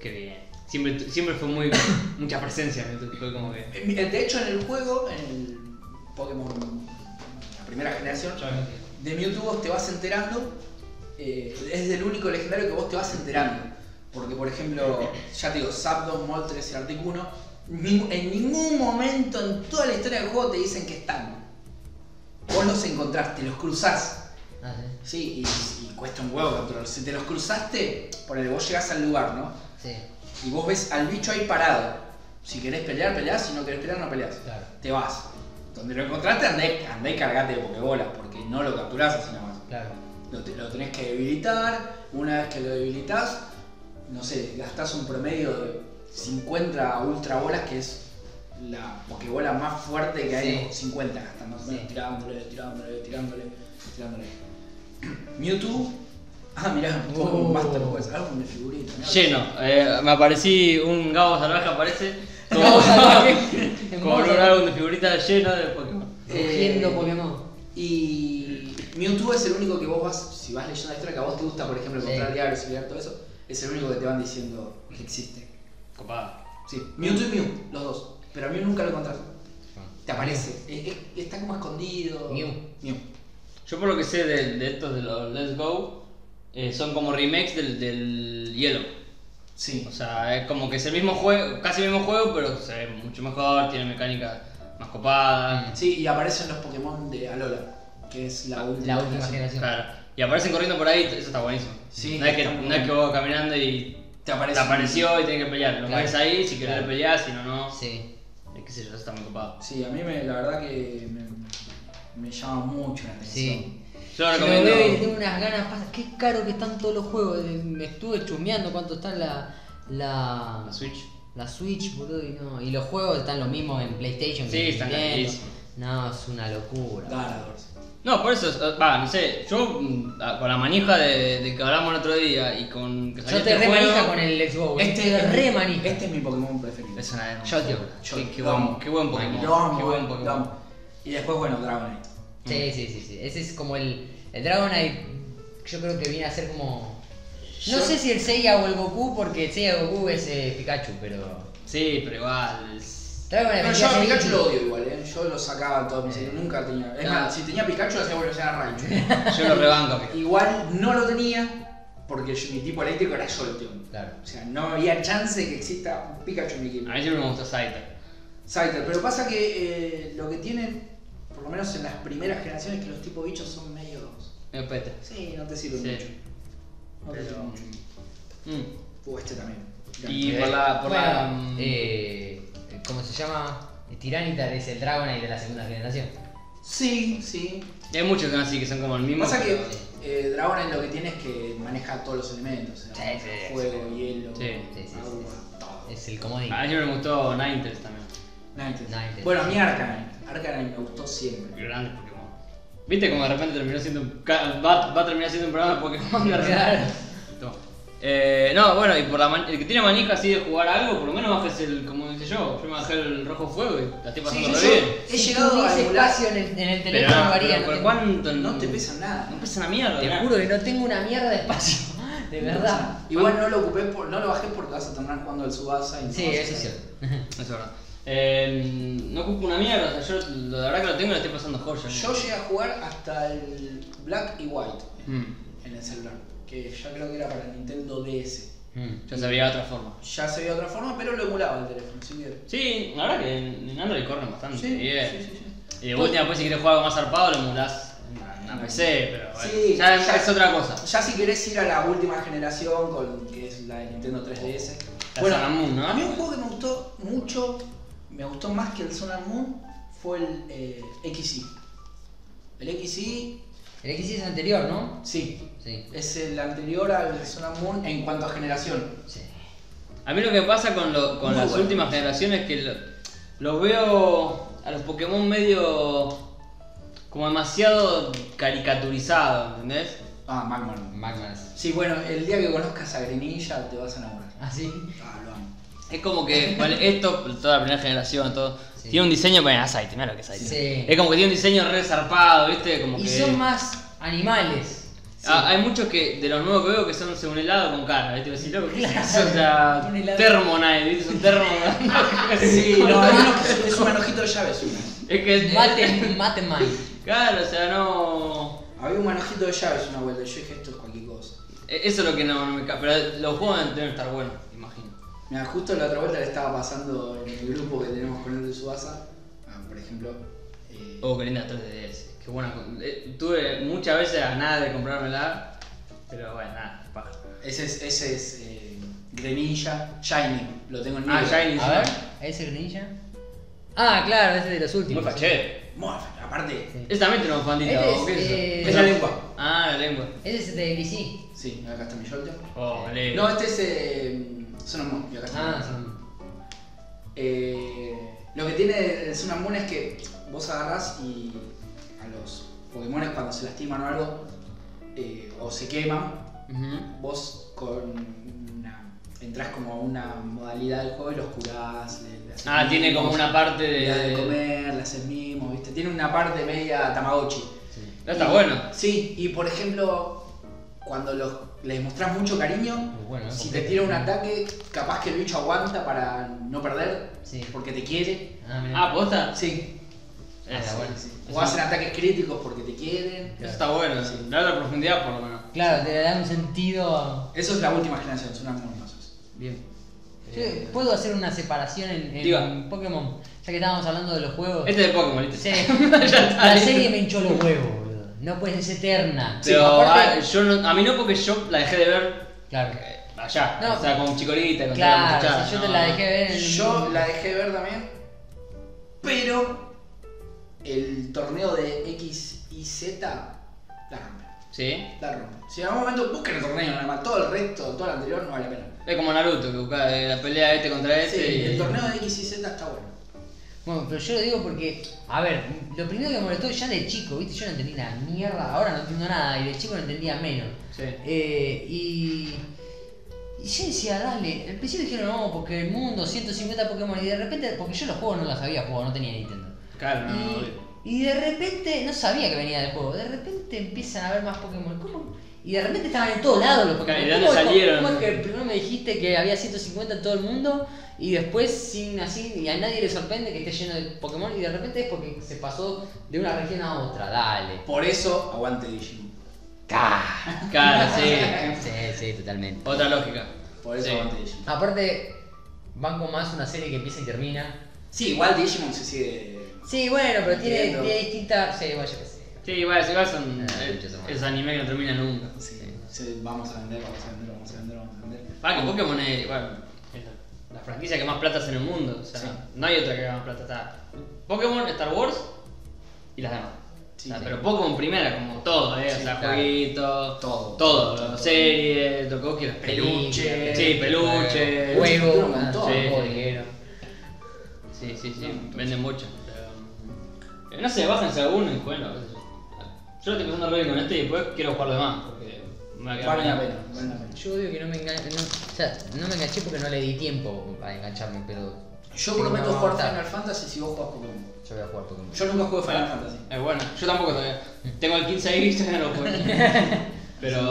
Qué bien. Siempre, tu- siempre fue muy mucha presencia, me tu- fue como que.
En- Eh, De hecho, en el juego, en el Pokémon, la primera generación, de Mewtwo vos te vas enterando, eh, es del único legendario que vos te vas enterando. Porque, por ejemplo, ya te digo, Zapdos, Moltres y Articuno, ni- en ningún momento en toda la historia del juego te dicen que están. Vos los encontraste, los cruzás.
Ah, sí.
Sí, y, y cuesta un huevo capturarlos. Si te los cruzaste, ponele, vos llegás al lugar, ¿no?
Sí,
Y vos ves al bicho ahí parado. Si querés pelear, peleás. Si no querés pelear, no peleás.
claro.
Te vas. Donde lo encontraste, andé, andé y cargate de pokebolas, porque no lo capturás así nada más
Claro.
lo, te- lo tenés que debilitar. Una vez que lo debilitas, no sé, gastás un promedio de 50 ultra bolas, que es la pokebola más fuerte que hay,
Sí.
50 gastás más o menos,
Sí.
tirándole, tirándole, tirándole, tirándole. Mewtwo. Ah, mirá,
Oh.
todo un Master Quest, algo con mi figurita. mirá.
Lleno. eh, me aparecí un Gabo Salvaje, aparece. Como,
Gabo Salvaje.
como un álbum de figuritas lleno de Pokémon.
Cogiendo
Eh,
Pokémon.
Y Mewtwo es el único que vos vas, si vas leyendo la historia que a vos te gusta, por ejemplo,
Sí.
encontrar diarios y leer todo eso, es el único que te van diciendo que existe.
Copado.
Sí, Mewtwo y Mew, los dos. Pero a Mew nunca lo encontrás.
Ah.
Te aparece. Es- es- está como escondido.
Mew.
Mew.
Yo por lo que sé de, de estos de los Let's Go, eh, son como remakes del, del Yellow.
Sí.
O sea, es como que es el mismo juego, casi el mismo juego, pero se ve mucho mejor, tiene mecánicas más copadas.
Sí, y aparecen los Pokémon de Alola, que es la última.
La última generación.
Claro. Y aparecen corriendo por ahí, eso está buenísimo.
Sí,
no es que,
está muy
no es
bueno.
que vos vas caminando y
Te aparece.
Te apareció y tenés que pelear. Lo
Claro.
ves ahí, si querés
Claro.
pelear, si no, no.
Sí.
Eh, Qué sé yo, eso está muy copado.
Sí, a mí me, la verdad que me, me llama mucho la atención.
Sí.
Yo lo
Yo lo veo y
recomiendo.
tengo unas ganas. pasa- Qué caro que están todos los juegos. eh, Me estuve chumeando cuánto está la. La,
La Switch.
la Switch, boludo. Y, no. y los juegos están los mismos en PlayStation.
Sí,
que en
están
Nintendo.
carísimos.
No, es una locura.
Ganadores.
No, por eso, eh, va, no sé. Yo mm, ah, con la manija de, de que hablamos el otro día y con que salió
Yo te
este
re
juego,
manija con el Xbox.
Este
Este
es
es
mi-
re manija.
Este es mi Pokémon preferido.
Es una de
Yo te-
Yo-
qué, qué
lo
buen,
amo.
qué buen Pokémon.
Lo amo, eh.
qué buen
lo
Pokémon.
amo. Y después, bueno, Dragonite.
Sí, sí, sí, sí. Ese es como el, el Dragonite. Yo creo que viene a ser como. No
Yo-
sé si el Seiya o el Goku, porque el Seiya o Goku es eh, Pikachu, pero.
Sí, pero igual. es-
Dragonite
Pero
vendría
yo
a
a
ser
Pikachu
Eevee.
lo odio igual, ¿eh? Yo lo sacaba en todos mis series, nunca tenía. Es
No.
más, si tenía Pikachu lo hacía evolucionar a Raichu.
Yo lo rebanco. pero-
Igual no lo tenía porque yo- mi tipo eléctrico era Jolteon.
Claro.
O sea, no había chance de que exista un Pikachu en mi equipo.
A mí siempre me gustó Scyther.
Scyther, pero pasa que eh, lo que tienen, por lo menos en las primeras generaciones, que los tipo bichos son medio.
Me pete.
Sí, no te sirven
Sí.
mucho. No te
Pero-
sirven mucho.
Mm.
Uh, este también.
Y
Eh,
por la. Por la
bueno,
mm,
eh, ¿Cómo se llama? Tiranitar es el Dragonite de la segunda generación.
Sí, sí.
Y hay muchos que son así, que son como el mismo.
Pasa que
pero-
eh, Dragonite lo que tiene es que maneja todos los elementos: o sea,
Sí, sí,
fuego, hielo,
Sí,
sí, sí,
agua,
sí.
todo.
Es el comodín.
A mí siempre me gustó Ninetales también.
Ninetales.
Ninetales.
Bueno, a mí Arcanine. Arcanine me gustó siempre.
Grandes Pokémon. ¿Viste cómo de repente terminó siendo un. ca- Va, va a terminar siendo un programa de Pokémon de repente?
Claro.
Toma. Eh, no, bueno, y por la man- el que tiene manija así de jugar algo, por lo menos bajes el, como dice yo, yo me bajé el rojo fuego y la estoy pasando
Sí,
re
yo-
bien.
He
si
llegado a
tuviese
emular-
espacio en el, en
Pero,
el teléfono
no,
lo haría.
pero
no
¿por
tengo-
cuánto?
No te pesa nada.
No pesa una mierda.
Te
mirá.
juro que no tengo una mierda de espacio. De verdad.
Igual no lo ocupé, por- no lo bajé porque vas a terminar jugando al Subasa y no
Sí,
vas a
eso es
hacer.
cierto.
Eso es verdad. Eh, no ocupo una mierda, o sea, yo la verdad que lo tengo y lo estoy pasando joya.
Yo llegué a jugar hasta el Black y White
Mm,
en el celular, que ya creo que era para Nintendo DS.
Mm.
yo sabía otra forma.
Ya se veía de otra forma, pero lo emulaba el teléfono, si quieres.
Sí, la verdad que en en Android corren bastante
Sí,
bien.
sí, sí,
Y de última, después si querés jugar algo más zarpado, lo emulás en una PC, pero bueno,
Sí,
ya,
ya-
es otra cosa.
Ya si querés ir a la última generación, con, que es la de Nintendo 3DS.
La Sun and Moon, ¿no?
a mí un juego que me gustó mucho, me gustó más que el Sun and Moon, fue el eh, XY. El XY,
El XC es anterior, ¿no?
sí,
Sí.
es el anterior al Sun and Moon en cuanto a generación.
Sí.
A mí lo que pasa con, lo- con
Muy
las
bueno.
últimas generaciones es que lo- los veo a los Pokémon medio como demasiado caricaturizados, ¿entendés?
Ah, Magman.
Magmas.
Sí, bueno, el día que conozcas a Grenilla te vas a enamorar.
¿Ah, sí?
Ah, lo amo.
Es como que vale, esto, toda la primera generación, todo,
Sí.
tiene un diseño, bueno, aceite, mira lo que es aceite.
Sí.
Es como que tiene un diseño re zarpado, ¿viste? Como
Y
que...
son más animales.
Ah, hay muchos que de los nuevos que veo que son según helado con cara, ¿viste? Decís, loco, ¿qué es eso? O
Un
sea,
helado.
Thermonite, ¿viste? Son termo.
Sí, no, hay uno que es un manojito de llaves. Una.
Es que es
Maten, maten mal.
Claro, o sea, no.
Había un manojito de llaves una vuelta. Yo dije, esto es cualquier cosa.
e- Eso es lo que no, no me cae. Pero los juegos deben- deben estar buenos, imagino.
Mira, justo la otra vuelta le estaba pasando en el grupo que tenemos con él de Subasa. Ah, por ejemplo. eh,
Oh, qué linda 3DS. Qué buena. con- eh, tuve muchas veces las ganas de comprármela, pero bueno, nada, paja.
Ese es, ese es eh, Grenilla. Shiny. Lo tengo en
Ah,
negro.
Shiny.
A ver, ¿ese grinilla? Ah, claro, ese es de los
Muy
últimos.
fachero.
Muah, aparte.
Esa también tiene un fandita,
Este
¿o
es,
¿qué
eh,
es eso?
Es la lengua.
Ah, la lengua.
Ese es de XC.
Sí, acá está mi shoulder.
Oh, le.
No, este es. Eh, Sonomon. Y acá está.
Ah, son...
Eh, lo que tiene el Sun and Moon es que vos agarrás y a los Pokémon cuando se lastiman o algo, eh, o se queman,
Ujú.
vos con una, entrás como a una modalidad del juego y los curás. le- le haces
Ah, tiene como
mimos,
una parte
Le das de
de.
comer, le haces mimos, ¿viste? Tiene una parte media Tamagotchi.
sí.
No está bueno.
Sí, y por ejemplo, cuando los, les mostrás mucho cariño,
Muy bueno. ¿eh?
si te tira un ataque, capaz que el bicho aguanta para no perder,
Sí.
porque te quiere.
Ah, mirá.
Ah, posta. Ah,
Sí.
Eso,
está bueno.
sí.
Eso-
O hacen ataques críticos porque te quieren.
Eso está bueno, sí. da otra profundidad por lo menos.
Claro, te le da un sentido. a-
Eso es la última generación, son las monosas.
Bien.
Yo puedo hacer una separación en, en
Diga.
Pokémon, ya que estábamos hablando de los juegos.
Este es de Pokémon, ¿viste?
Sí. la serie me hinchó los huevos, boludo. No puede ser eterna.
Pero ah,
Aparte-
yo no- a mí no porque yo la dejé de ver
Claro.
eh, allá,
No.
o sea, con chicolita, con toda la
Claro,
muchachada,
si yo te
no.
la dejé ver en
Yo la dejé de ver también, pero el torneo de X y Z la rompe.
Sí.
La rompe. Si en algún momento busquen el torneo, nada más todo el resto, todo el anterior no vale la pena.
Es como Naruto, que busca eh, la pelea este contra
Sí,
este y...
el torneo de X y Z está bueno.
Bueno, pero yo lo digo porque, a ver, lo primero que me molestó ya de chico, viste, yo no entendí la mierda, ahora no entiendo nada, y de chico no entendía menos.
Sí.
Eh, y. Y yo decía, dale, al principio dijeron no, porque el mundo, 150 Pokémon, y de repente, porque yo los juegos no los había jugado, no tenía Nintendo.
Claro, no, no,
Y,
obvio.
y de repente, no sabía que venía del juego, de repente empiezan a haber más Pokémon. ¿Cómo? Y de repente estaban en todos lados los Pokémon.
¿Y de dónde
¿Cómo-
salieron?
¿Cómo es que primero me dijiste que había 150 en todo el mundo y después sin así y a nadie le sorprende que esté lleno de Pokémon y de repente es porque se pasó de una región a otra? Dale.
Por eso aguante Digimon.
Ca.
Claro, sí.
Sí, sí, totalmente.
Otra lógica.
Por eso
Sí.
aguante Digimon.
Aparte, banco más una serie que empieza y termina.
Sí, igual Digimon se sigue.
Sí, bueno, pero tiene,
Entiendo.
tiene distinta. Sí, bueno, yo qué sé.
Sí, igual, igual son...
Ah,
eh,
muchas
es anime que no termina nunca.
Sí, sí, vamos a vender, vamos a vender, vamos a vender, vamos a vender.
Para que Pokémon es... Bueno, es la franquicia que más plata hace en el mundo. O sea, no hay otra que haga más plata. Está Pokémon, Star Wars y las demás.
Sí,
O sea,
sí.
Pero Pokémon primera, como todo, ¿eh? o
Sí,
sea,
claro.
jueguitos,
Todo.
todo, series, lo que vos quieras.
Peluche.
Sí, peluche.
Uy,
Huevo,
un montón,
ah, sí,
sí.
bolero.
Sí, sí, sí, venden mucho. Pero, eh, no sé, bájense a uno y jueguenlo. qué sé Yo Yo lo estoy pasando re bien con este y después quiero jugar lo demás, porque me va a quedar
Vale la
mal.
pena, vale la pena.
Yo odio que no me enganché. No, o sea, no me enganché porque no le di tiempo a engancharme, pero.
Yo
sí,
prometo
no,
jugar
está.
Final Fantasy si vos jugás Pokémon.
Yo voy a jugar Pokémon.
Yo nunca jugué Final Fantasy.
Es bueno, yo tampoco todavía. Tengo el 15 ahí y todavía no lo juego. Pero.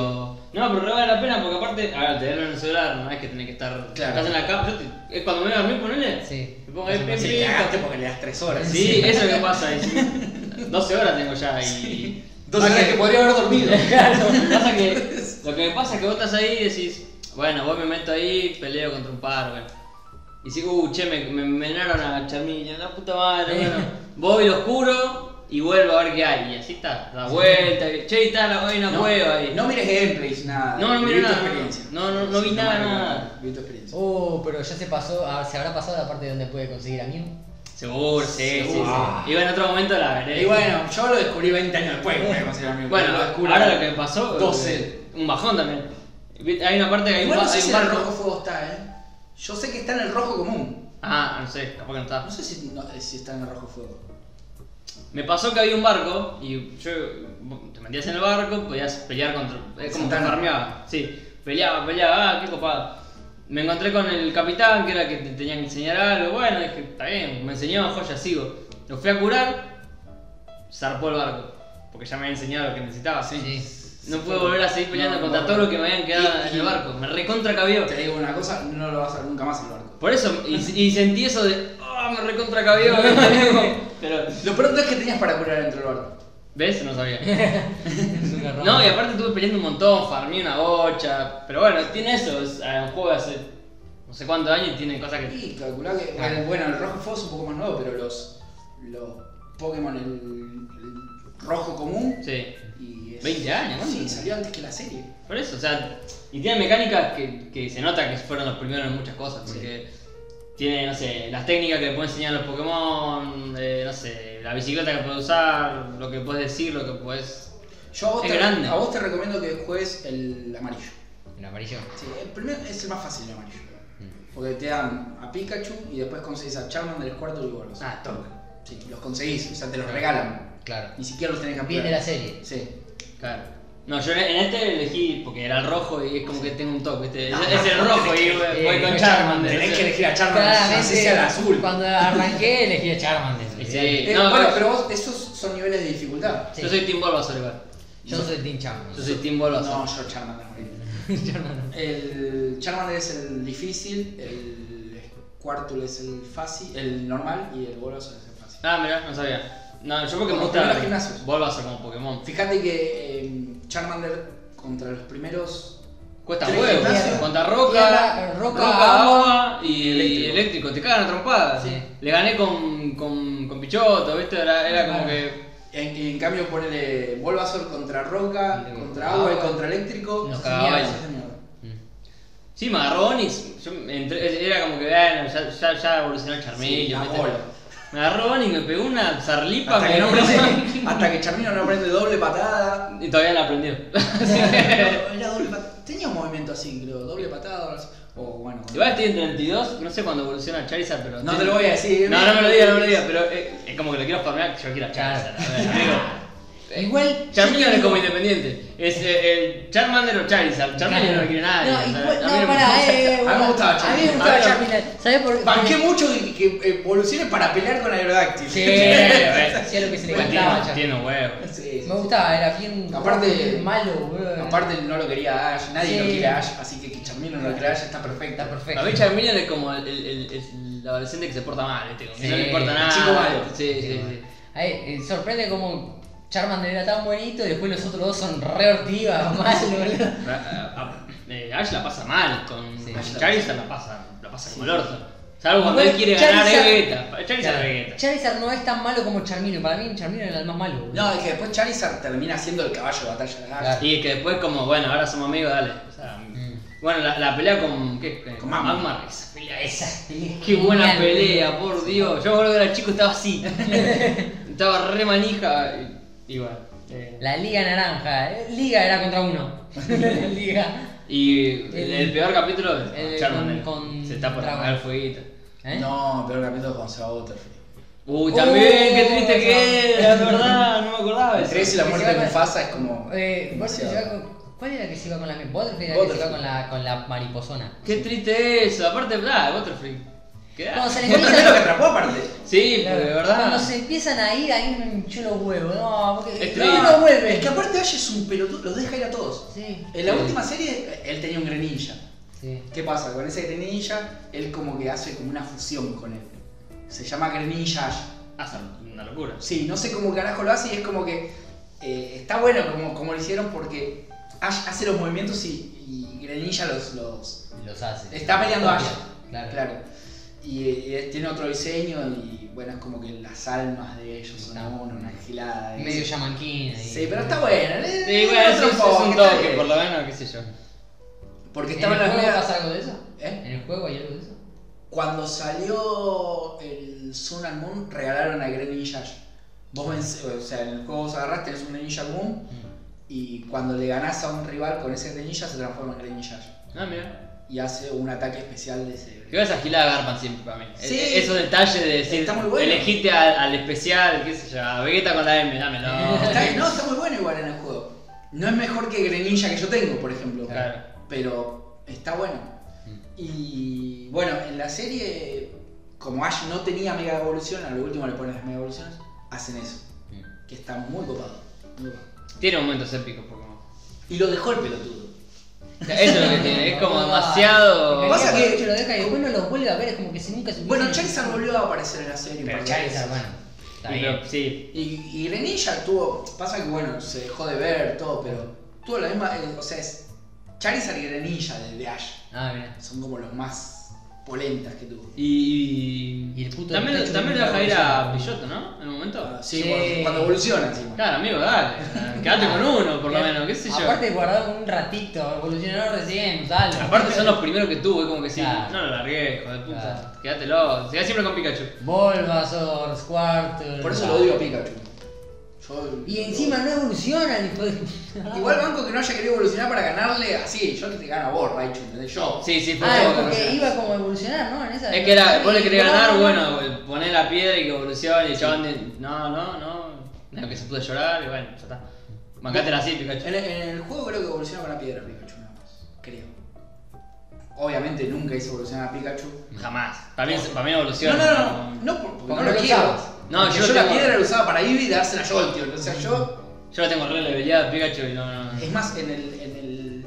No, pero no vale la pena porque aparte, a ver, tenerlo en el celular, no es que tenés que estar.
Claro.
Estás en la cama, yo te- eh, cuando me voy a dormir, ponele.
Sí.
Me pongo ahí,
Sí,
pim,
Sí,
pim,
cagaste
pa-
porque le das 3 horas.
Sí, eso es lo que pasa. y sí, 12 horas tengo ya y. Ah,
Dos horas que podría haber dormido.
Claro, lo que pasa que- lo que me pasa es que vos estás ahí y decís, bueno, vos me meto ahí, peleo contra un par, bueno. Y sigo, uh, che, me, me menaron a Chamilla, la puta madre, bueno. Voy, lo oscuro y vuelvo a ver qué hay. Y así está, da vuelta, y, che, y está, la, hay una cueva ahí.
no mires gameplays, nada.
No, no
vi
miro
tu
nada,
experiencia.
no, no, no vi nada,
me
nada.
acuerdo, Vi tu experiencia.
Oh, pero ya se pasó. ah, se habrá pasado la parte donde puede conseguir a Mew.
Seguro, sí, sí,
Seguro.
sí. Iba en otro momento la veré.
Y bueno, yo lo descubrí 20 años después. que me considero amigo.
Bueno,
Lo descubrí.
ahora lo que me pasó, eh,
12.
un bajón también. Vi- Hay una parte que hay
Igual
un,
no
ba-
sé
hay
si
un
en el
barco.
rojo fuego está, eh. Yo sé que está en el rojo común.
Ah, no sé, tampoco no está.
No sé si, no, eh, si está en el rojo fuego.
Me pasó que había un barco y yo te metías en el barco, podías pelear contra. Es como que
Santana.
farmeaba. Sí, peleaba, peleaba, ah, qué copado. Me encontré con el capitán, que era el que te tenía que enseñar algo. Bueno, dije, está bien, me enseñó, joya, sigo. Lo fui a curar, zarpó el barco. Porque ya me había enseñado lo que necesitaba. No pude volver a seguir peleando
No,
contra
no.
todo lo que me habían quedado
Y-
en
y-
el barco. Me recontra cabió.
Te digo una cosa, no lo vas a ver nunca más en el barco.
Por eso, y, y sentí eso de. ¡Ah, me recontra cabió! Pero.
Lo pronto es que tenías para curar dentro del barco.
¿Ves? No sabía.
Es una rama.
No, y aparte estuve peleando un montón, farmé una bocha, pero bueno, tiene eso, es eh, un juego de hace no sé cuántos años y tiene cosas que...
Y calculá
Ah.
que. Bueno, bueno, el rojo fuego es un poco más nuevo, pero los. Los Pokémon, el, el rojo común.
Sí,
Y es-
20 años, ¿no?
Sí, salió antes que la serie.
por eso, o sea, y tiene mecánicas que, que se nota que fueron los primeros en muchas cosas, porque tiene, no sé, las técnicas que le pueden enseñar los Pokémon, eh, no sé, la bicicleta que puedes usar, lo que puedes decir, lo que puedes...
Yo a vos,
Es
te,
grande.
a vos te recomiendo que juegues el amarillo.
El amarillo.
Sí, el primero es el más fácil el amarillo.
Mm.
Porque te dan a Pikachu y después conseguís a Charmander, Squirtle y Bolos.
Ah, toque.
Sí, los conseguís, o sea, te los regalan.
Claro.
Ni siquiera los tenés que
Viene
comprar.
la serie.
Sí.
Claro. No, yo en en este elegí porque era el rojo y es como que tengo un toque, ¿viste?
No,
es, es el
no,
rojo
tenés
y
que-
voy, voy
eh,
con
con
Charmander.
Ah. Tenés
o
que
sea.
elegir a Charmander, así sea el azul.
cuando arranqué elegí a Charmander.
Sí.
olvidate.
Eh,
No,
bueno,
pero-
pero vos, esos son niveles de dificultad.
Sí.
Yo soy Team Bulbasaur igual.
Yo soy Team Charmander.
Yo soy Team
No,
Bulbasaur.
yo Charmander morir.
Charmander.
El Charmander es el difícil, el Squirtle es el fácil, el normal y el Bolos es el fácil.
Ah, mirá, no sabía. No, yo porque me
Como
gusta
los gimnasios.
Bulbasaur como Pokémon.
Fíjate que eh, Charmander contra los primeros.
Cuesta
Tres
huevo.
gimnasios. eh,
Contra roca,
Tierra, roca, agua
agua y y eléctrico.
eléctrico.
Te cagan a trompadas.
Sí.
Le gané con, con, con Pichoto, ¿viste? Era, era como
Claro.
que.
En, en cambio, ponele Bulbasaur contra Roca,
Sí,
contra Agua y
agua.
contra Eléctrico.
Nos
Sí,
cagaba
mierda,
ese.
sí, mierda.
Sí, me agarró Onix. Yo me entré- era como que, bueno, ya, ya, ya evolucionó el
Sí,
Charmillo.
una
¿viste?
bola.
me agarró Onix, me pegó una zarlipa.
Hasta
me
que, no
dio-
aprende- hasta que Charmino no aprende doble patada.
Y todavía no aprendió.
No, era doble pat- Tenía un movimiento así, creo. Doble patada. O bueno.
Igual estoy en 32, no sé cuándo evoluciona Charizard, pero.
No te lo voy a decir.
No, no me lo digas, no me lo digas, pero eh, es como que lo quiero farmear, que yo quiero a Charizard. a ver, amigo.
Eh,
Igual. yo
Charmeleon
te
es como
digo-
independiente. Es eh, el Charmander o Charizard. Charmeleon no lo quiere nadie.
No,
o sea,
igual,
a mí
no,
me
pará,
gusta.
eh.
A mí me
bueno,
gustaba
A mí me
Charmander.
gustaba
A ver,
Charmander. ¿Sabes por qué?
Banqué mucho que, que evolucione para pelear con Aerodactyl.
Sí, hacía lo que se le
Igual
cantaba
tiene-
Charmander.
Tiene huevos.
Sí, sí,
Me gustaba, era bien.
Aparte-
Malo, boludo.
Aparte no lo quería Ash, nadie
Sí.
lo quiere Ash, así que que Charmino no lo quiera Ash está perfecta.
Está perfecto.
Para mí Charmeleon es como el, el, el- el adolescente que se porta mal, ¿viste? Como que no
Sí,
le importa
el
nada.
chico malo.
Sí, sí, sí.
Ahí, eh, sorprende como Charmander era tan bonito y después los otros dos son re ortivas, mal, boludo.
Ah, ah, eh, Ash la pasa mal, con,
Sí.
con
Ash la
Charizard la pasa, la pasa como el orto. Salvo cuando él
Igual
quiere ganar a
Charizard-
Vegeta. Charizard es Vegeta.
Charizard no es tan malo como Charmino. Para mí Charmino era el más malo. boludo.
No, es que después Charizard termina siendo el caballo de batalla de Ash.
Claro.
Y que después como, bueno, ahora somos amigos, dale. O sea,
Mm.
Bueno, la, la pelea con. ¿Qué?
Con Magmar.
Magmar, Esa pelea, esa.
Pelea
Qué buena
genial.
pelea, por Dios. Yo cuando era chico estaba así. estaba re manija. Y, y bueno. eh,
La Liga Naranja. eh, Liga era contra uno. Liga.
y el, el peor capítulo es
el-
Charmander.
con- con
Se está por
Dragon.
apagar el fueguito.
¿Eh?
No, pero el capítulo con Seba Butterfield.
Uy,
Uh,
también, qué triste que
no.
era, la verdad, no me
Ah,
acordaba. de
El
eso.
3 y la
Que
muerte
se
de
va-
Mufasa es como.
Eh, ¿cuál, se
demasiado.
lleva con- cuál era que se iba con la. Butterfield era que se
Butterfield.
iba con la, con la mariposona.
Qué triste eso, aparte, bla, Butterfree. ¿Qué?
Cuando se les
Fue el
empieza-
primero que atrapó aparte.
Sí, porque de verdad.
Cuando se empiezan a ir, ahí un chulo huevo. No, porque.
Es
no,
triste.
no vuelve.
Es que aparte Ash es un pelotudo, los deja ir a todos.
Sí,
En la
Sí.
última serie, él tenía un Greninja.
sí.
¿Qué pasa? Con ese Greninja, él como que hace como una fusión con él. Se llama Greninja Ash.
Hace una locura.
Sí, no sé cómo carajo lo hace y es como que eh, está bueno como, como lo hicieron porque Ash hace los movimientos y, y Greninja los, los...
Los hace.
Está peleando Ash.
Claro.
Claro. Y, eh, tiene otro diseño y bueno, es como que las almas de ellos son
Está.
una, una gilada. y-
Medio yamanquín ahí.
Sí, pero está bueno.
Sí,
eh,
bueno,
otro
eso es,
enfoque,
un
está
toque,
bien.
por lo menos, qué sé yo.
Porque
¿En el
estaban las
juego
medias-
pasa algo de eso?
¿Eh?
¿En el juego hay algo de eso?
Cuando salió el Sun and Moon, regalaron a Greninja Ash. Vos venc- o sea, en el juego vos agarrás, tenés un Greninja Moon y cuando le ganás a un rival con ese Greninja se transforma en Greninja Ash.
Ah, mira.
Y hace un ataque especial de ese.
Que esa gilada garpan siempre para mí.
Sí.
E- Esos detalles de decir,
Está muy bueno.
elegiste al, al especial, qué sé yo, a Vegeta con la M, dámelo.
Está, no, está muy bueno igual en el juego. No es mejor que Greninja que yo tengo, por ejemplo.
Claro.
Pero está bueno. Y bueno, en la serie, como Ash no tenía mega evolución, a lo último le ponen las mega evoluciones, hacen eso. Que está muy copado. Muy copado.
Tiene momentos épicos, Pokémon.
Y lo dejó el pelotudo.
O sea, eso es lo que tiene, es como demasiado.
Pasa
Pasa
que-
que lo deja y después no los vuelve a ver, es como que si nunca se
Bueno, Charizard volvió a aparecer en la serie. un
Pero
par de veces.
Charizard, bueno. Está
Y
bien.
lo- sí.
Y, y Greninja tuvo. Pasa que bueno, se dejó de ver todo, pero tuvo la misma. eh, o sea, es Charizard y Greninja de, de Ash.
Ah, mira.
Son como los más polentas que tuvo.
Y.
Y el puto
también
del techo
también lo
nunca
deja ir a
evoluciona.
Pillotto, ¿no? En un momento.
Ah, Sí,
Sí.
Cuando, cuando evoluciona encima.
Claro, amigo, dale. Quédate con uno, por lo menos, qué sé yo.
Eh, Aparte guardado un ratito, evolucionó recién, usalo.
Aparte son los primeros que tuve, como que sí.
Claro.
No lo largué, hijo de puta.
Claro.
Quédatelo. Se siempre con Pikachu.
Bulbasaur, Squirtle.
Por eso lo odio a Pikachu. Yo-
Y encima no evolucionan, hijo de...
Igual banco que no haya querido evolucionar para ganarle así. Yo te gano a vos, Raichu, ¿entendés? Yo.
Sí, sí, fue
Ah,
un
es
poco
porque
grosero.
iba como a evolucionar, ¿no? En esa
Es que era, vos le querés ganar,
Ignoraba.
bueno, pues, poné la piedra y que evolucione y el chabón de, no, no, no, no, que se pudo llorar y bueno, ya está. Mancátela así, Pikachu.
En el, en el juego creo que evoluciona con la piedra Pikachu nada más. Creo. Obviamente nunca hizo evolucionar a Pikachu.
Jamás. Para mí, para mí evoluciona.
No, no, no, no, por- porque, no lo quiero.
usabas.
No,
Porque
yo
yo,
lo
la
tengo-
piedra la usaba para ir y dársela yo al tío. O sea, yo.
Yo lo tengo re leveleado a Pikachu y no, no, no.
Es más, en el. En, el,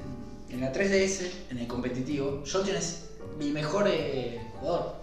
en la 3DS, en el competitivo, Jolteon es mi mejor eh, jugador.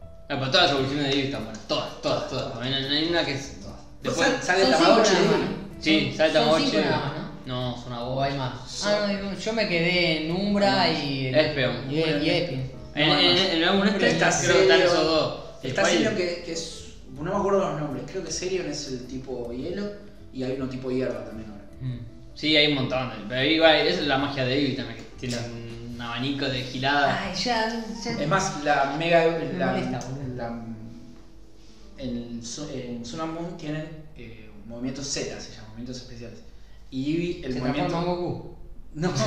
Ah, pero todas las evoluciones de Eevee están buenas. Todas, todas, todas. Para mí no, no hay una que es. Después,
Sal- sale el
Son cinco
Tamagotchi.
nada más, ¿no?
sí,
Son-
sale
son
Tamagotchi.
cinco nada más, ¿no?
No, es una
¿O
boba.
hay más? Ah, no, yo me quedé en
Ah,
Umbra y.
Espeon.
Y, y Espion.
En,
No,
en,
no.
en algún
Pero
este
está
creo que están
Celion.
esos dos.
Está
Después-
Celion que, que es. No me acuerdo los nombres. Creo que Celion es el tipo hielo y hay uno tipo hierba también ahora.
Mm. Sí, hay un montón. de- Pero igual, esa es la magia de Eevee también, que tiene un abanico de giladas.
Ay, ya. ya-
Es más, la mega.
Me
La,
molesta, boludo.
la- en, Su- en Sun and Moon tienen eh, movimientos Z, se llaman, movimientos especiales. Y Eevee, el
se transforma en
movimiento.
Goku.
No,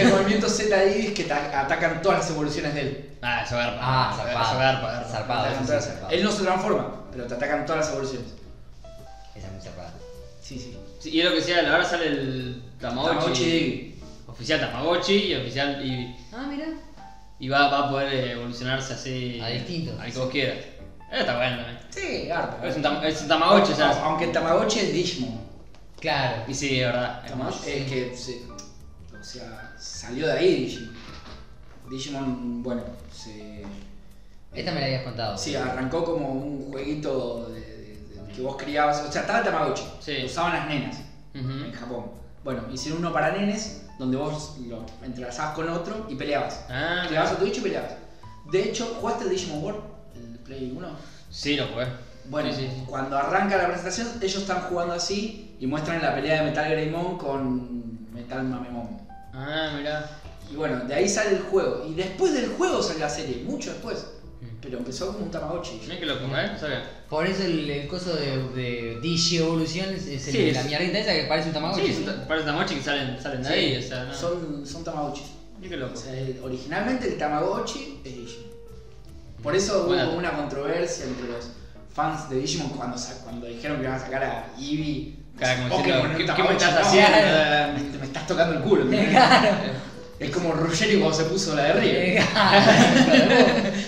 el movimiento Z de Eevee es que ta- atacan todas las evoluciones de él.
Ah, eso garpa.
Ah,
eso
zarpado.
garpa, garpa.
Zarpado,
Atacan
eso sí,
todas-
zarpado.
él no se transforma, pero te atacan todas las evoluciones.
Esa es muy cerrada.
Sí, sí.
Sí, y es lo que sea, ahora sale el Tamagotchi.
Tamagotchi de Eevee.
Oficial Tamagotchi y oficial Eevee.
Ah, mira.
Y va, va a poder eh, evolucionarse así.
A distintos.
Al que vos quieras. Eso está bueno también.
Sí, harto.
Es un, tam- es un Tamagotchi, o sea.
Aunque Tamagotchi es Digimon.
Claro.
Y sí, es verdad. es
Tamagotchi,
más.
Es que se- o sea, salió de ahí Digimon. Digimon, bueno, se.
Esta me la habías
Ah,
contado.
Sí, arrancó como un jueguito de, de- de- que vos criabas. O sea, estaba Tamagotchi.
Sí.
Lo usaban las nenas
Ujú.
en Japón. Bueno, hicieron uno para nenes donde vos lo entrelazabas con otro y peleabas.
Ah,
Peleabas a tu bicho y peleabas. De hecho, ¿jugaste el Digimon World? El Play 1.
sí, lo jugué.
Bueno,
Sí, sí, sí.
cuando arranca la presentación, ellos están jugando así y muestran la pelea de Metal Greymon con Metal Mamemon.
Ah, mirá.
Y bueno, de ahí sale el juego. Y después del juego sale la serie, mucho después.
Mm.
Pero empezó como un Tamagotchi.
Mirá que loco, ¿eh? ¿Sabes?
Por eso el, el coso de, de DJ Evolución es, es el-
Sí, es-
la mierdita esa que parece un tamagotchi.
Sí, son- parece Tamagotchi que salen, salen de
Sí.
ahí, o sea, no.
Son, son Tamagotchis.
Mirá que
O
loco.
sea, el- originalmente el Tamagotchi es Digimon. Por eso hubo
Mm. Bueno.
como una controversia entre los fans de Digimon cuando, sa- cuando dijeron que iban a sacar a Eevee.
Claro, como
Pokémon
diciendo,
en un
¿qué- qué me
Tamagotchi,
estás
no,
haciendo?
me- me estás tocando el culo. ¿entendés? Es como Ruggeri cuando se puso la de River.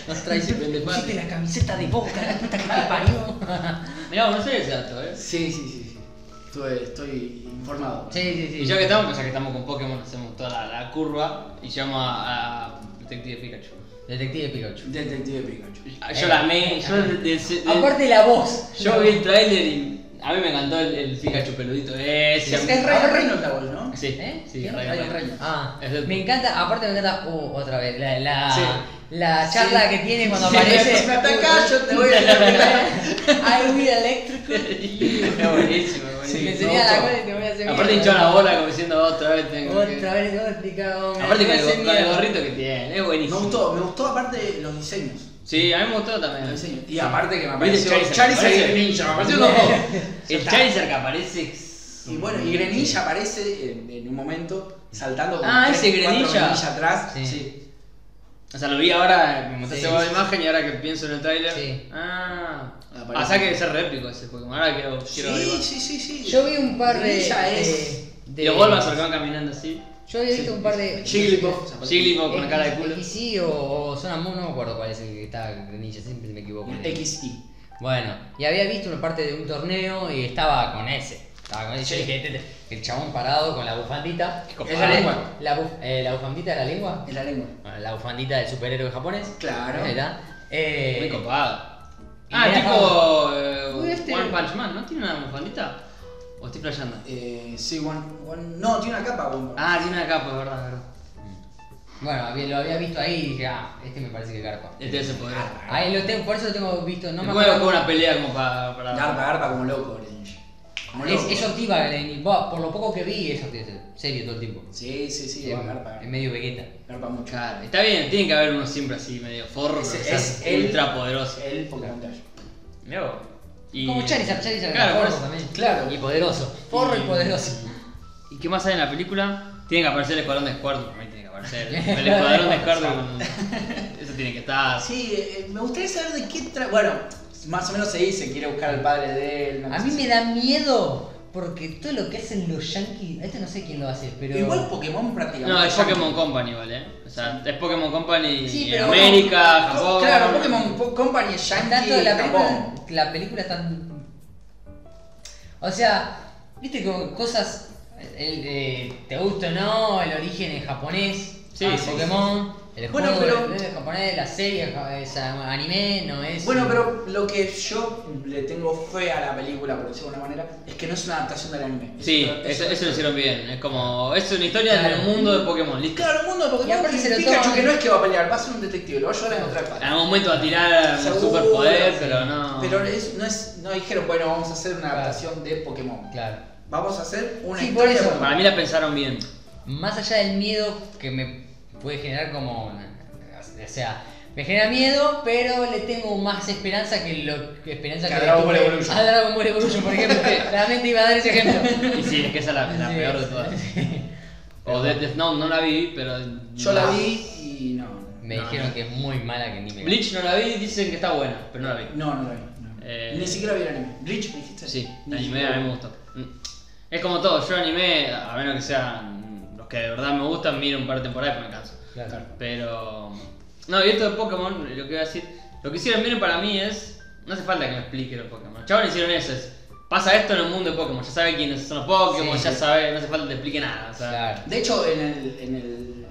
Nos traicionó.
Vende
Te
mate.
pusiste la camiseta de boca, la puta que te parió.
Mirá, vos no sé exacto, ¿eh?
Sí, sí, sí. sí. Estoy, estoy informado.
Sí, sí, sí.
Y ya que estamos, pues ya que estamos con Pokémon, hacemos toda la, la curva y llamo a, a Detective Pikachu.
Detective Pikachu.
Detective Pikachu.
Ah, Yo la amé, yo de- de- de-
Aparte la voz.
yo vi el trailer y a mí me encantó el, el Pikachu peludito ese.
Es,
a mí-
es Ryan Reynolds la voz, ¿no?
Sí,
¿Eh?
sí, Ryan
¿Quién? Ryan
Reynolds.
Reynolds. Ah,
Es Deadpool.
me encanta, aparte me encanta, uh, otra vez, la, la,
Sí.
la charla
Sí.
que tiene cuando
Sí,
aparece.
si me atacás, yo te voy a
I will electrical.
Es buenísimo, es
Sí,
me
buenísimo.
enseña
me
la
gustó.
cola y te voy a hacer
Aparte
mierda.
hinchó la bola como diciendo otra vez tengo que...
Otra vez gótica, hombre.
Aparte con
oh, Me
el,
hace
go- con el
mierda.
gorrito que tiene, es
Me
buenísimo.
gustó, me gustó aparte los diseños.
Sí, a mí me gustó también.
Los diseños. Y aparte que me
¿Viste
apareció
Charizard?
Charizard y
Parece-
Greninja, me apareció los dos.
El Charizard que aparece... es-
Y bueno, y Greninja aparece en, en un momento saltando con
Ah,
tres,
ese
cuatro
Greninja.
atrás.
Sí.
Sí.
O sea, lo vi ahora, me mostraste
Sí.
vos la imagen y ahora que pienso en el tráiler...
Sí.
Ah...
Aparece.
O sea que debe ser réplico ese Pokémon, ahora quiero, quiero averiguar.
Sí, sí, sí, sí.
Yo vi un par de.
Greninja
de-
es.
de-
Y lo vuelvo a acercar caminando así.
Yo había visto un par de.
Jigglypuff.
Jigglypuff con la cara de culo.
X- XY o, o Zona Moon, no me acuerdo cuál es el que está Greninja, siempre me equivoco.
XI.
Bueno, y había visto una parte de un torneo y estaba con ese. Estaba con ese.
Sí.
que- que- que El chabón parado con la bufandita.
Qué copado.
¿Es la lengua? La, buf- eh, la bufandita de la lengua.
Es la lengua.
Bueno, la bufandita del superhéroe japonés.
Claro.
Ahí está. Eh,
Muy copado.
y
Ah,
era
tipo eh,
Uy, este-
One Punch Man, ¿no tiene una bufandita? ¿O estoy flasheando?
Eh, sí, one, one- No, tiene una capa, one.
Ah, tiene una capa, es verdad, es verdad.
Bueno, había- lo había visto ahí y dije, ah, este me parece que garpa.
Este es el poder.
Ahí lo tengo, por eso lo tengo visto, no me
Después
acuerdo.
busco una pelea como para. para...
Garpa, garpa como loco, Greninja. Como
Es,
loco.
es ortiva, Lenin. Buah, por lo poco que vi, es ortiva, en serio todo el tiempo.
Sí, sí, sí,
es,
va, garpa, garpa.
es medio vegeta.
Garpa mucho.
Claro, está bien, tiene que haber uno siempre así, medio forro,
Es-
o sea,
es el-
ultra poderoso.
El Pokémon Dash.
Mirá vos. Y-
Como Charizard, Charizard
Claro,
era
por
forro
eso.
también.
Claro.
Y poderoso. Forro y poderoso.
¿Y qué más hay en la película? Tiene que aparecer el escuadrón de Squirtle, para mí tiene que aparecer. El escuadrón de Squirtle con- Eso tiene que estar.
Sí, eh, me gustaría saber de qué tra... Bueno, más o menos se dice, quiere buscar al padre de él. una
A
cosa
mí me
así.
da miedo porque todo lo que hacen los yankees, esto no sé quién lo hace, pero.
Igual Pokémon prácticamente.
No, es Pokémon Company, ¿vale? O sea, es Pokémon Company
Sí,
en
pero-
América, Japón.
Claro, Pokémon Po- Company es Yankee
Tanto la película,
Japón.
la película está. O sea, viste como cosas. el- eh, te gusta o no, el origen en japonés.
Sí,
ah,
sí,
Pokémon. El
Bueno,
juego
pero-
el- el japonés, la serie, ja- es anime, no es.
Bueno, pero lo que yo le tengo fe a la película, por decirlo de alguna manera, es que no es una adaptación del anime.
Sí,
una-
eso,
una-
eso lo hicieron bien. Es como. Es una historia del
Claro.
mundo de Pokémon, listo.
Claro, el mundo de
Y
Pokémon
aparte
y
se lo
Pikachu
toman-
que no es que va a pelear, va a ser un detective, lo va a ayudar a encontrar el
En
padre.
algún momento va a tirar un
Seguro,
superpoder,
sí.
pero no.
Pero es, no, es, no dijeron, bueno, vamos a hacer una adaptación de Pokémon.
Claro.
Vamos a hacer una
Sí, por
historia
eso.
de Pokémon.
Para mí la pensaron bien.
Más allá del miedo que me puede generar como... O sea, me genera miedo, pero le tengo más esperanza que lo que esperanza
Que
que
a
le
Dragon
tuve
Ball Evolution.
A Dragon Ball Evolution, por ejemplo. Realmente iba a dar ese ejemplo.
Y sí, es que esa es la, la
Sí.
peor de todas. O Death Death Note no la vi, pero.
Yo la vi y no.
Me
No,
dijeron
no.
que es muy mala que ni me...
Bleach no la vi, dicen que está buena, pero no la vi.
No, no la vi. no.
Eh,
Ni siquiera vi el anime. Bleach me dijiste.
Sí, el
Ni
anime
siquiera.
a mí me gustó. Mm. Es como todo, yo anime, a menos que sean los que de verdad me gustan, miro un par de temporadas y me canso.
Claro.
Pero. No, y esto de Pokémon, lo que voy a decir. Lo que hicieron bien para mí es. No hace falta que me explique los Pokémon. Chavales hicieron eso. Es, pasa esto en el mundo de Pokémon. Ya sabe quiénes son los Pokémon,
Sí,
ya
sí.
sabe. No hace falta que te explique nada. O sea,
Claro.
De hecho, en el, en el,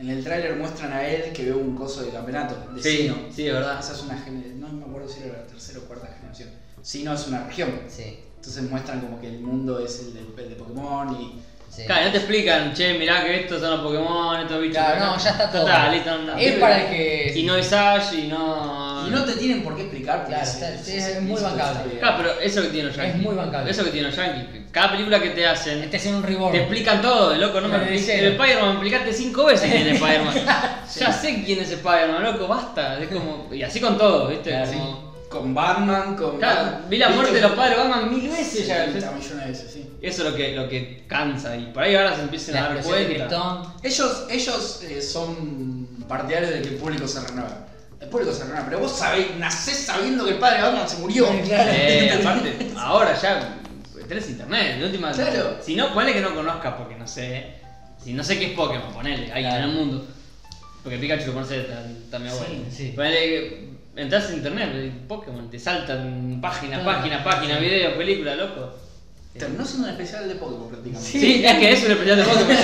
en el tráiler muestran a él que ve un coso de campeonato. De
Sí,
Sinnoh.
sí, de verdad.
Esa es una generación. No me acuerdo si era la tercera o cuarta generación. Sino es una región.
Sí.
Entonces muestran como que el mundo es el de, el de Pokémon y.
sí.
Claro, no te explican, che, mirá que estos son los Pokémon, estos bichos.
Claro,
acá.
no, ya está todo.
listo, no, no.
Es para el que...
Y no es Ash, y no. no.
Y no te tienen por qué explicar. porque
Claro, está-
es-
sí, es muy
es- este,
bancable.
Claro, pero eso que tienen los
Es
yankees.
muy bancable.
Eso que tienen los yankees. que Cada película que te hacen.
Este es un reborn.
Te explican todo, loco, no me
Pero de
expliques.
cero.
El Spider-Man, me explicaste cinco veces quién es Spider-Man. Ya sé quién es Spider-Man, loco, basta. Es como. Y así con todo, ¿viste?
Claro,
Como-
Con Batman, con.
Claro, vi la muerte de los padres de Batman mil veces ya.
ya. millones de veces, sí.
Eso es lo que, lo que cansa. Y por ahí ahora se empiezan
La
a dar
explosión de
cuenta.
Krypton.
Ellos, ellos eh, son partidarios de que el público se renueva. El público se renueva, pero vos sabés, nacés sabiendo que el padre de Batman se murió.
Claro.
Eh, aparte, ahora ya pues, tenés internet, de última.
Claro.
Si no, ponele que no conozcas porque no sé. Si no sé qué es Pokémon, ponele, hay
Claro.
en el mundo. Porque Pikachu lo conoce también
Sí,
abuelo.
sí.
Ponele que entras en internet, Pokémon, te saltan página,
Claro,
página, página,
sí.
video, película, loco.
Terminó siendo un especial de Pokémon prácticamente.
Sí, es que es un especial de Pokémon.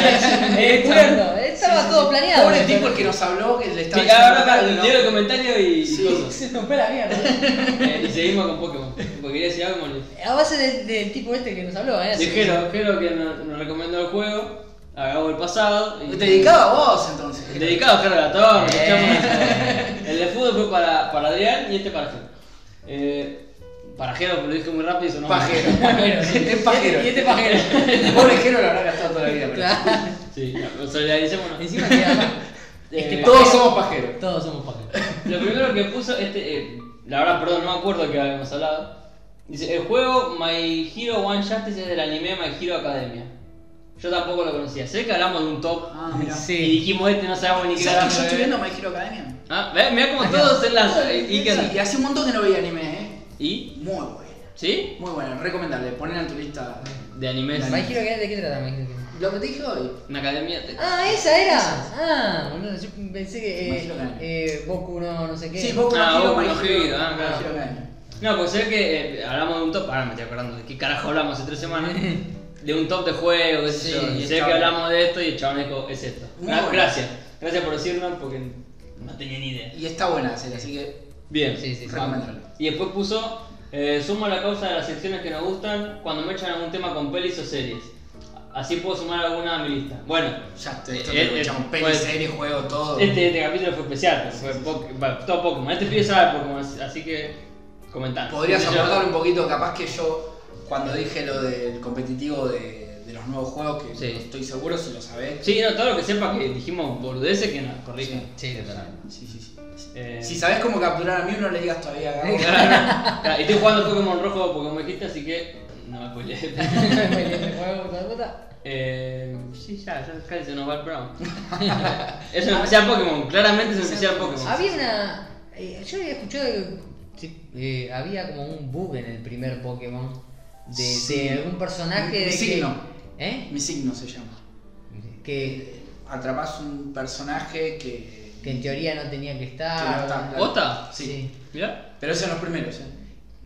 Es cuerno, estaba todo planeado.
Pobre
Pero-
tipo el que nos habló, que le estaba
Sí, ahora
diciendo,
acá,
"No".
leo el comentario y, y
Sí.
cosas.
Se rompió la mierda.
Eh, y seguimos con Pokémon. Porque quería decir algo, me
A base de- del tipo este que nos habló, ¿eh?
Dijeron, dijeron que nos, nos recomendó el juego, hagamos el pasado. y-
Te dedicaba a vos entonces.
Dedicado a Gerardo La Torre,
Eh.
echamos- El de fútbol fue para, para Adrián y este para Jero. Eh, para Jero, lo dije muy rápido y sonó mal.
Pajero.
Pajero, sí.
Es pajero.
Y este pajero.
Pobre Jero lo habrá gastado toda la vida. pero-
Claro.
Sí, no, solidaricémonos.
Encima queda mal. Este
Eh,
Todos somos pajeros.
Todos somos pajeros.
Lo primero que puso, este, eh, la verdad, perdón, no me acuerdo que habíamos hablado. Dice, el juego My Hero One Justice es del anime My Hero Academia. Yo tampoco lo conocía. Sé que hablamos de un top
Ah, mira.
Sí.
y dijimos este no sabemos ni qué
¿Sabes que yo
carajo
estoy
es.
viendo My Hero Academia?
Ah, ve, mira cómo todos se enlazan. ¿Y qué
Sí,
onda?
y hace un montón que no veía anime, eh.
¿Y?
Muy buena.
¿Sí?
Muy buena, recomendable. Ponen en tu lista.
De anime.
My Hero Academia, ¿de qué trata My Hero Academia?
Lo que te dije hoy.
Una academia. de-
Ah, esa era. Ah, boludo, yo pensé
My
que eh,
Hero Academia.
eh, Boku no, no sé qué.
Sí, Boku no
Ah,
Hero,
Boku
My
no
Hero,
Hero, ah,
My
claro.
Hero Academia.
No, pues sé que eh, hablamos de un top, ahora me estoy acordando de qué carajo hablamos hace tres semanas, de un top de juegos, qué sé
Sí,
yo,
y
y
el
sé que
chabón-
hablamos de esto y el chabón dijo, es esto.
Muy
Gra-
bueno.
Gracias, gracias por decirnos porque no tenía ni idea.
Y está buena la serie, así que
Bien,
Sí, sí, sí.
recomendable.
y después puso, eh, sumo la causa de las secciones que nos gustan cuando me echan algún tema con pelis o series, así puedo sumar alguna a mi lista. Bueno,
Ya, esto esto
Eh,
te lo
eh,
echamos peli,
pues,
serie, juego, todo.
este, este capítulo fue especial, porque fue Poké- bueno, todo Pokémon, este pibe sabe Pokémon, así- así que comentar.
Podrías aportar un poquito, capaz que yo, cuando dije lo del competitivo de, de los nuevos juegos, que
Sí.
no estoy seguro si lo sabés.
Sí, no, todo lo que sepa que dijimos boludeces que nos corrijan.
Sí, totalmente.
Sí, sí, sí.
Eh,
Si sabés cómo capturar a mí, no le digas todavía a Gabo.
claro, claro, y estoy jugando Pokémon rojo Pokémon dijiste, así que no me spoilees.
Me juego con toda puta.
Eh, sí, ya, ya casi se nos va el programa. es un especial Pokémon, claramente es un especial Pokémon.
Había una. eh, yo había escuchado que sí, eh, había como un bug en el primer Pokémon. De,
Sí.
de algún personaje
Mi
de.
signo.
Que, ¿Eh?
Mi signo se llama.
Que,
Atrapás un personaje que.
que en teoría no tenía que
que no
estar.
está, claro.
¿Ota?
Sí.
Sí.
Mirá.
Pero esos son los primeros, ¿eh?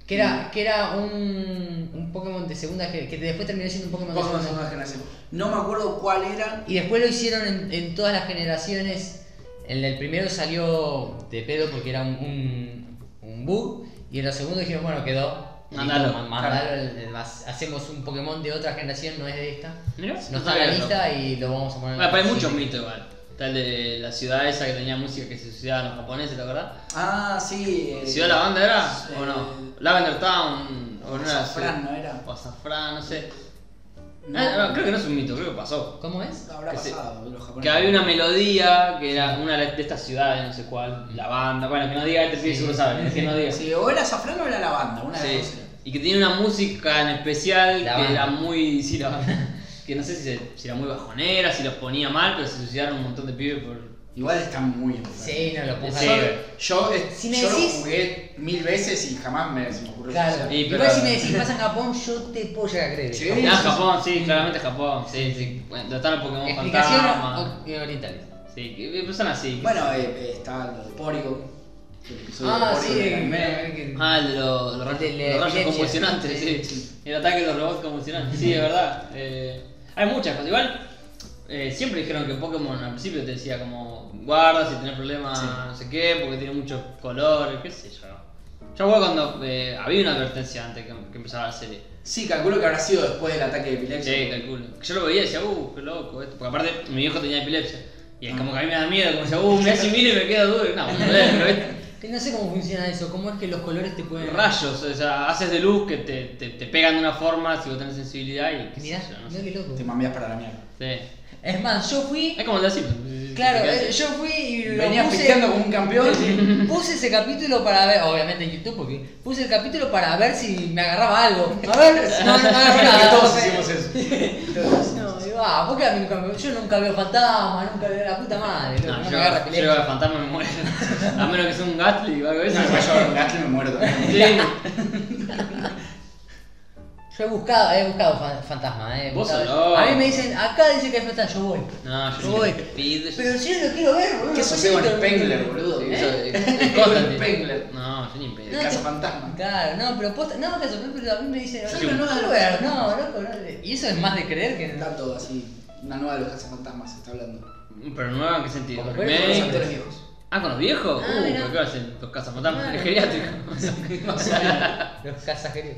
Que era, que era un, un Pokémon de segunda gen- que después terminó siendo un Pokémon de
Pokémon
segunda
segunda generación. No me acuerdo cuál era.
Y después lo hicieron en, en todas las generaciones. En el primero salió de pedo porque era un, un, un bug. Y en los segundos dijeron, bueno, quedó. listo,
Mandalo,
ma- mandalo,
claro.
el- el- mas- hacemos un Pokémon de otra generación, no es de esta.
Mirá.
No está en la lista y lo vamos a poner. en
Bueno,
la
pero hay muchos
siguiente.
mitos igual. Está el de la ciudad esa que tenía música que se suicidaban los japoneses, ¿te acordás?
Ah, sí. eh,
¿Ciudad Lavanda era?
Sí.
¿O no? Lavender Town, o no era
Azafrán,
ciudad-
¿no era?
O Azafrán, no sé.
No.
Ah, creo que Ah, no es un mito, creo que pasó.
¿Cómo es?
Habrá
que se-
pasado, los japoneses.
Que había una melodía que era una de estas ciudades, no sé cuál, la banda, bueno, que no diga este pibe
Sí.
seguro sabe, que no diga. Sí.
Sí, o era azafrán o era lavanda, una de dos. era.
Y que tenía una música en especial
La
que
banda.
era muy. sí, la banda. que no sé si, se- si era muy bajonera, si los ponía mal, pero se suicidaron un montón de pibes por.
Igual está muy enfermo.
Sí, no lo puse.
Sí.
Yo, eh,
Si me
yo
decís-
lo jugué mil veces y jamás me, se me ocurrió.
Claro.
Sí,
Igual
pero-
si me decís, pasa en Japón, yo te puedo llegar a creer.
Sí.
Ah, Japón, sí, claramente Japón, sí, sí. Bueno, trataron Pokémon
Explicación
fantasma.
o- eh, oriental.
Sí, que que son así. que-
Bueno, eh, eh, estaba lo de Pórico. el episodio de
Ah,
Pórico
sí.
del anime.
que-
Ah, el de los, los rayos,
El de la
los rayos
epilepsia.
convulsionantes, sí. El ataque de los robots convulsionantes, sí, es verdad. Eh, hay muchas cosas. Igual, eh, siempre dijeron que Pokémon al principio te decía como, guarda si tenés problemas, no sé qué, porque tiene muchos colores, qué sé yo. Yo recuerdo cuando eh, había una advertencia antes que, que empezaba la serie.
Sí, calculo que habrá sido después del ataque de epilepsia.
Sí, calculo. Yo lo veía y decía, uh, qué loco esto. Porque aparte, mi viejo tenía epilepsia. Y es como que a mí me da miedo, como decía, uh, me hace mil y me queda duro. Y No, no, pero ¿viste?
que no sé cómo funciona eso, cómo es que los colores te pueden...
Rayos, o sea, haces de luz que te, te, te pegan de una forma si vos tenés sensibilidad y qué sé
Mirá,
yo, no
mirá
sé.
qué loco.
Te mameas para la mierda.
Sí.
Es más, yo fui...
Es como el de así.
Claro, eh, yo fui y lo
Venías
puse-
pisteando como un campeón.
Puse ese capítulo para ver, obviamente en YouTube, porque puse el capítulo para ver si me agarraba algo. A ver, no, no, no agarró
Creo que
nada.
todos
no sé.
hicimos eso. Todos.
No, digo, ah, ¿por qué a mí nunca me- Yo nunca veo fantasmas, nunca veo la puta madre, loco, no,
No,
me
yo,
agarra
yo
pelea.
el fantasma me muero. A menos que sea un Gatling o algo de eso.
No, igual yo con Gasly me muero también.
Sí.
Yo he buscado, he buscado fan- fantasmas, eh. he
Vos
buscado-
solo.
A mí me dicen, acá dice que hay fantasmas, yo voy.
No, yo
Yo voy.
pido.
Pero si yo no lo quiero ver, boludo.
¿Qué
no soy
sucede con
todo el mundo.
Spengler, boludo?
Sí,
¿Eh?
eso-
Con
Constantine.
Spengler.
No, yo ni en pedo.
El
No,
caso
te-
fantasma.
Claro, no, pero posta, no, que sorprende, pero a mí me dicen,
Sí,
"Yo no,
no,
lo quiero ver, no, loco, no, y eso es más de creer que...
Está todo así. Una nueva de los cazafantasmas se está hablando.
Pero nueva en qué sentido.
Como
¿Los
con los
remakes?
actores viejos.
Ah, con los viejos.
Ah,
uh,
mirá.
¿por qué hacen los cazafantasmas?
Claro.
Es geriátrico.
Los casajeros.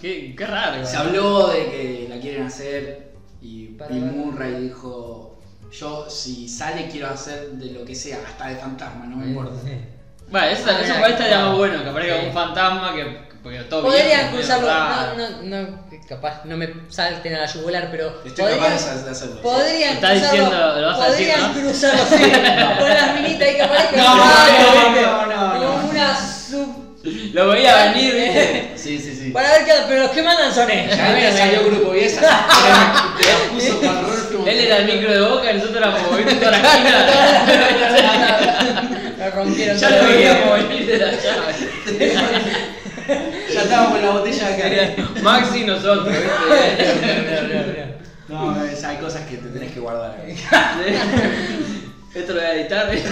qué, qué raro.
Se habló de que la quieren hacer y
Para
Bill
ver.
Murray dijo: Yo, si sale, quiero hacer de lo que sea, hasta de fantasma, no me importa.
Bueno, eso,
Ah,
eso
mirá,
por ahí estaría
claro.
más bueno, que aparezca
Sí.
un fantasma que. que- Porque todo
Podrían
viejo, medio
cruzarlo.
raro.
No, no, no, que capaz no me salten a la yugular, pero.
Estoy
podrían,
capaz de hacerlo.
Podrían
Estás
cruzarlo.
diciendo- lo vas a decir,
podrían
¿no?
cruzarlo, sí. con las minitas ahí que aparezcan.
No,
Ah,
no,
¿viste?
no, no, no.
Como una sub.
Lo veía venir, ¿viste?
Sí, sí, sí.
Para ver qué. Pero los que mandan son ellos.
Ya me salió grupo y esa. Te la puso para Rolfo.
Él era el micro de boca y nosotros éramos moviendo toda la esquina.
Me rompieron
ya
todo.
lo veíamos venir de la llave.
Ya estábamos con la botella acá.
Maxi y nosotros, ¿viste?
No, es- hay cosas que te tenés que guardar.
Esto lo voy a editar. ¿viste?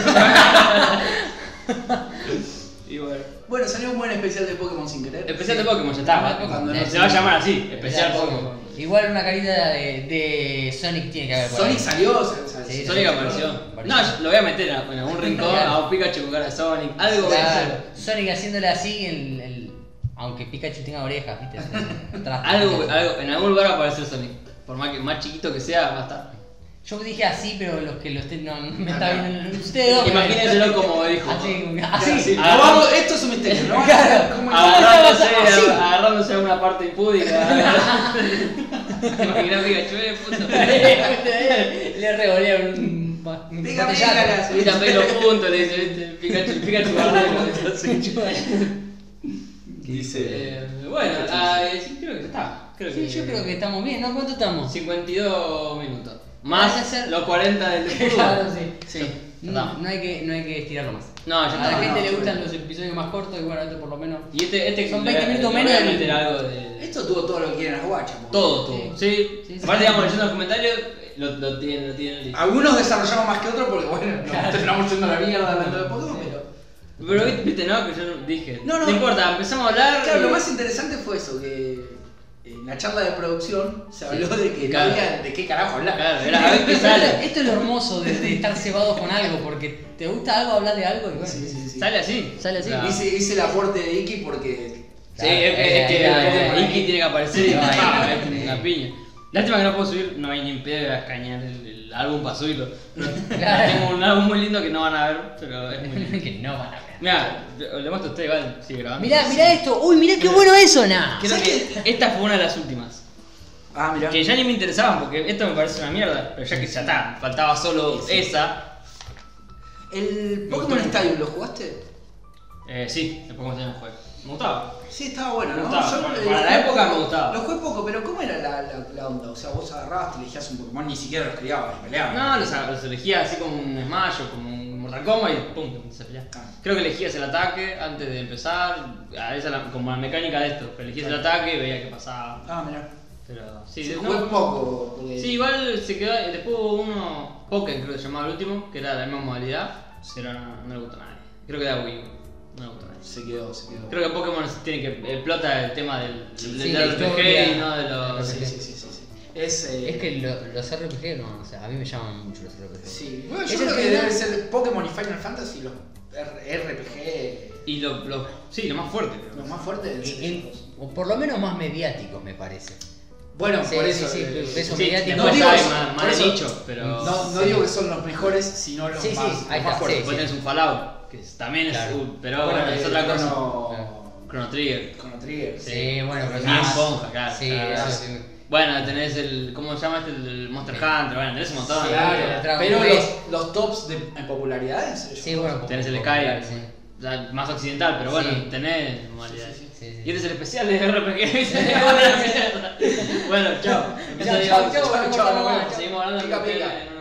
y bueno.
Bueno, salió un buen especial de Pokémon sin querer.
Especial de Pokémon, ya está.
Cuando
¿vale?
no
Se va a
se-
llamar así, especial
Pokémon.
Pokémon.
Igual una carita de, de Sonic tiene que haber por
Sonic
ahí.
salió, sal- sal-
Sí,
Sonic apareció. No, yo lo voy a meter en en algún rincón, a un Pikachu jugar a Sonic, algo voy a
Claro,
hacer.
Sonic haciéndole así, el, el- aunque Pikachu tenga orejas, ¿viste? Atrás.
Algo, algo, en algún lugar va a aparecer Sonic. Por más que más chiquito que sea, va a estar.
Yo dije así, pero los que lo estén. No, no me está
Acá.
viendo ustedes dos.
Imagínenselo como dijo.
Así, como que-
Claro, sí.
así.
Ah.
Vamos, esto es un misterio, ¿no?
Claro.
¿Cómo es?
Agarrándose,
Así.
agarrándose a una parte impúdica. Imaginá Pikachu, eh, puto.
Le revolearon un. pa- un
Dígame,
botellazo.
dígale.
Y también los puntos, le dice, viste, Pikachu, Pikachu guarda los puntos.
Dice.
Eh, Bueno, ah, eh, sí, creo que ya está. Creo
Sí,
que...
yo creo que estamos bien, ¿no? ¿Cuánto estamos?
52 minutos.
Vas a
Más
hacer-
los 40 del fútbol.
Claro, sí. Mm.
Sí, ya
No,
está.
no hay que, no hay que estirarlo más.
No,
A
ya
la
está.
gente
no,
le
sí.
gustan los episodios más cortos y bueno, esto por lo menos.
Y este, este
Son
le-
20 minutos
le
menos
voy a
del-
meter algo de.
Esto tuvo todo lo que quieren las guachas. porque
Todo, todo. Sí.
Sí, sí.
Aparte, digamos, leyendo los comentarios, eh, lo, lo tienen, lo tienen listo.
Algunos desarrollamos más que otros porque, bueno, nos terminamos yendo a la mierda hablando de Pokémon, pero.
Pero viste- viste, no, que yo no- dije.
No, no.
importa, empezamos a hablar.
Claro,
y-
lo más interesante fue eso, que eh, en la charla de producción se habló de que
Claro.
no había de qué carajo hablar.
Claro, eh. era a ver qué sale.
Esto es lo hermoso de, de estar cebado con algo, porque te gusta algo, hablas de algo y bueno.
Sí, sí, sí.
Sale así.
Sale así.
Claro.
Hice, hice el aporte de Iki porque.
Sí, es que, es que
Claro, ahí, ahí, ahí.
Iki tiene que aparecer y
No, ahí,
¡pam!
ahí,
es
ahí.
una piña. Lástima que no puedo subir, no hay ni en pedo a cañar el, el álbum para subirlo.
Claro.
Tengo un álbum muy lindo que no van a ver, pero es muy lindo.
que no van a ver.
Mira, le muestro a usted igual, sigue grabando.
Mirá, mirá esto. Uy, mirá qué bueno eso, nah.
Creo que esta fue una de las últimas.
Ah, mirá.
Que ya ni me interesaban porque esto me parece una mierda, pero ya que ya está, faltaba solo esa.
¿El
Me
Pokémon
gustó.
Stadium lo jugaste?
Eh, sí, después cuando tenía un juego. Me gustaba.
Sí, estaba bueno,
Me
¿no?
gustaba,
Yo
para-
lo-
para
lo
la
jugué
época me
poco,
gustaba.
Lo jugué poco, pero ¿cómo era la, la, la onda? O sea, vos agarrabas, te elegías un Pokémon, ni siquiera los peleabas, los peleabas.
No, los, los elegía así como un Smash o como un Mortal Kombat y pum, se pelea.
Ah.
Creo que elegías el ataque antes de empezar, a esa la- como la mecánica de esto, que elegías el ataque y veía qué pasaba.
Ah, mirá.
Pero sí,
Sí,
de-
jugué
no.
poco. Porque...
Sí, igual se quedó, eh, después hubo uno, Pokémon creo que se llamaba el último, que era de la misma modalidad, pero no, no le gustó a nadie. Creo que era Wii U, no le gustó a nadie.
Se quedó, se quedó.
Creo que Pokémon tiene que explota el tema del,
Sí,
del
la
RPG
historia.
y no de los.
Sí, sí, sí, sí. sí. Es, eh,
Es que lo- los RPG no, o sea, a mí me llaman mucho los RPG.
Sí, bueno,
Es
yo
el
creo que
final.
debe ser Pokémon y Final Fantasy los R- RPG
Y lo, lo- sí, lo más fuerte creo.
los más fuertes de
Y- y-
esos.
o por lo menos más mediáticos, me parece.
Bueno,
Sí,
por
sí,
eso.
sí,
eh,
sí, eso.
Sí,
mediático.
después
No digo
hay
eso,
más,
por
más de
eso.
nicho, pero.
No, no
Sí.
digo que son los mejores, sino los
Sí, sí,
más,
ahí
los más
está,
fuertes.
Después
sí.
tenés un Fallout. que es- también es.
Claro.
uh, pero
Bueno,
bueno, es
eh,
otra cosa. Chrono,
Chrono,
Trigger.
Chrono Trigger.
Sí,
Sí. Ah,
bueno, pero
Ni
nada más.
esponja, claro,
Sí,
claro,
eso
claro.
sí.
Bueno, tenés el. ¿Cómo se llama este? El, el Monster
Sí.
Hunter. Bueno, tenés un montón.
Claro. Dragon
Pero
Quest.
los, los tops de en popularidad es
Sí, bueno.
Tenés el
poco,
Skyrim.
sí.
o sea, más occidental, pero bueno,
Sí.
tenés modalidades.
Sí, sí, sí.
Y este es el especial de RPG. bueno, chao. Empiezo a
Ya, chao,
decir-
chao,
chao,
chao,
chao,
chao.
Seguimos hablando de
Pica,
RPG
pica.
en una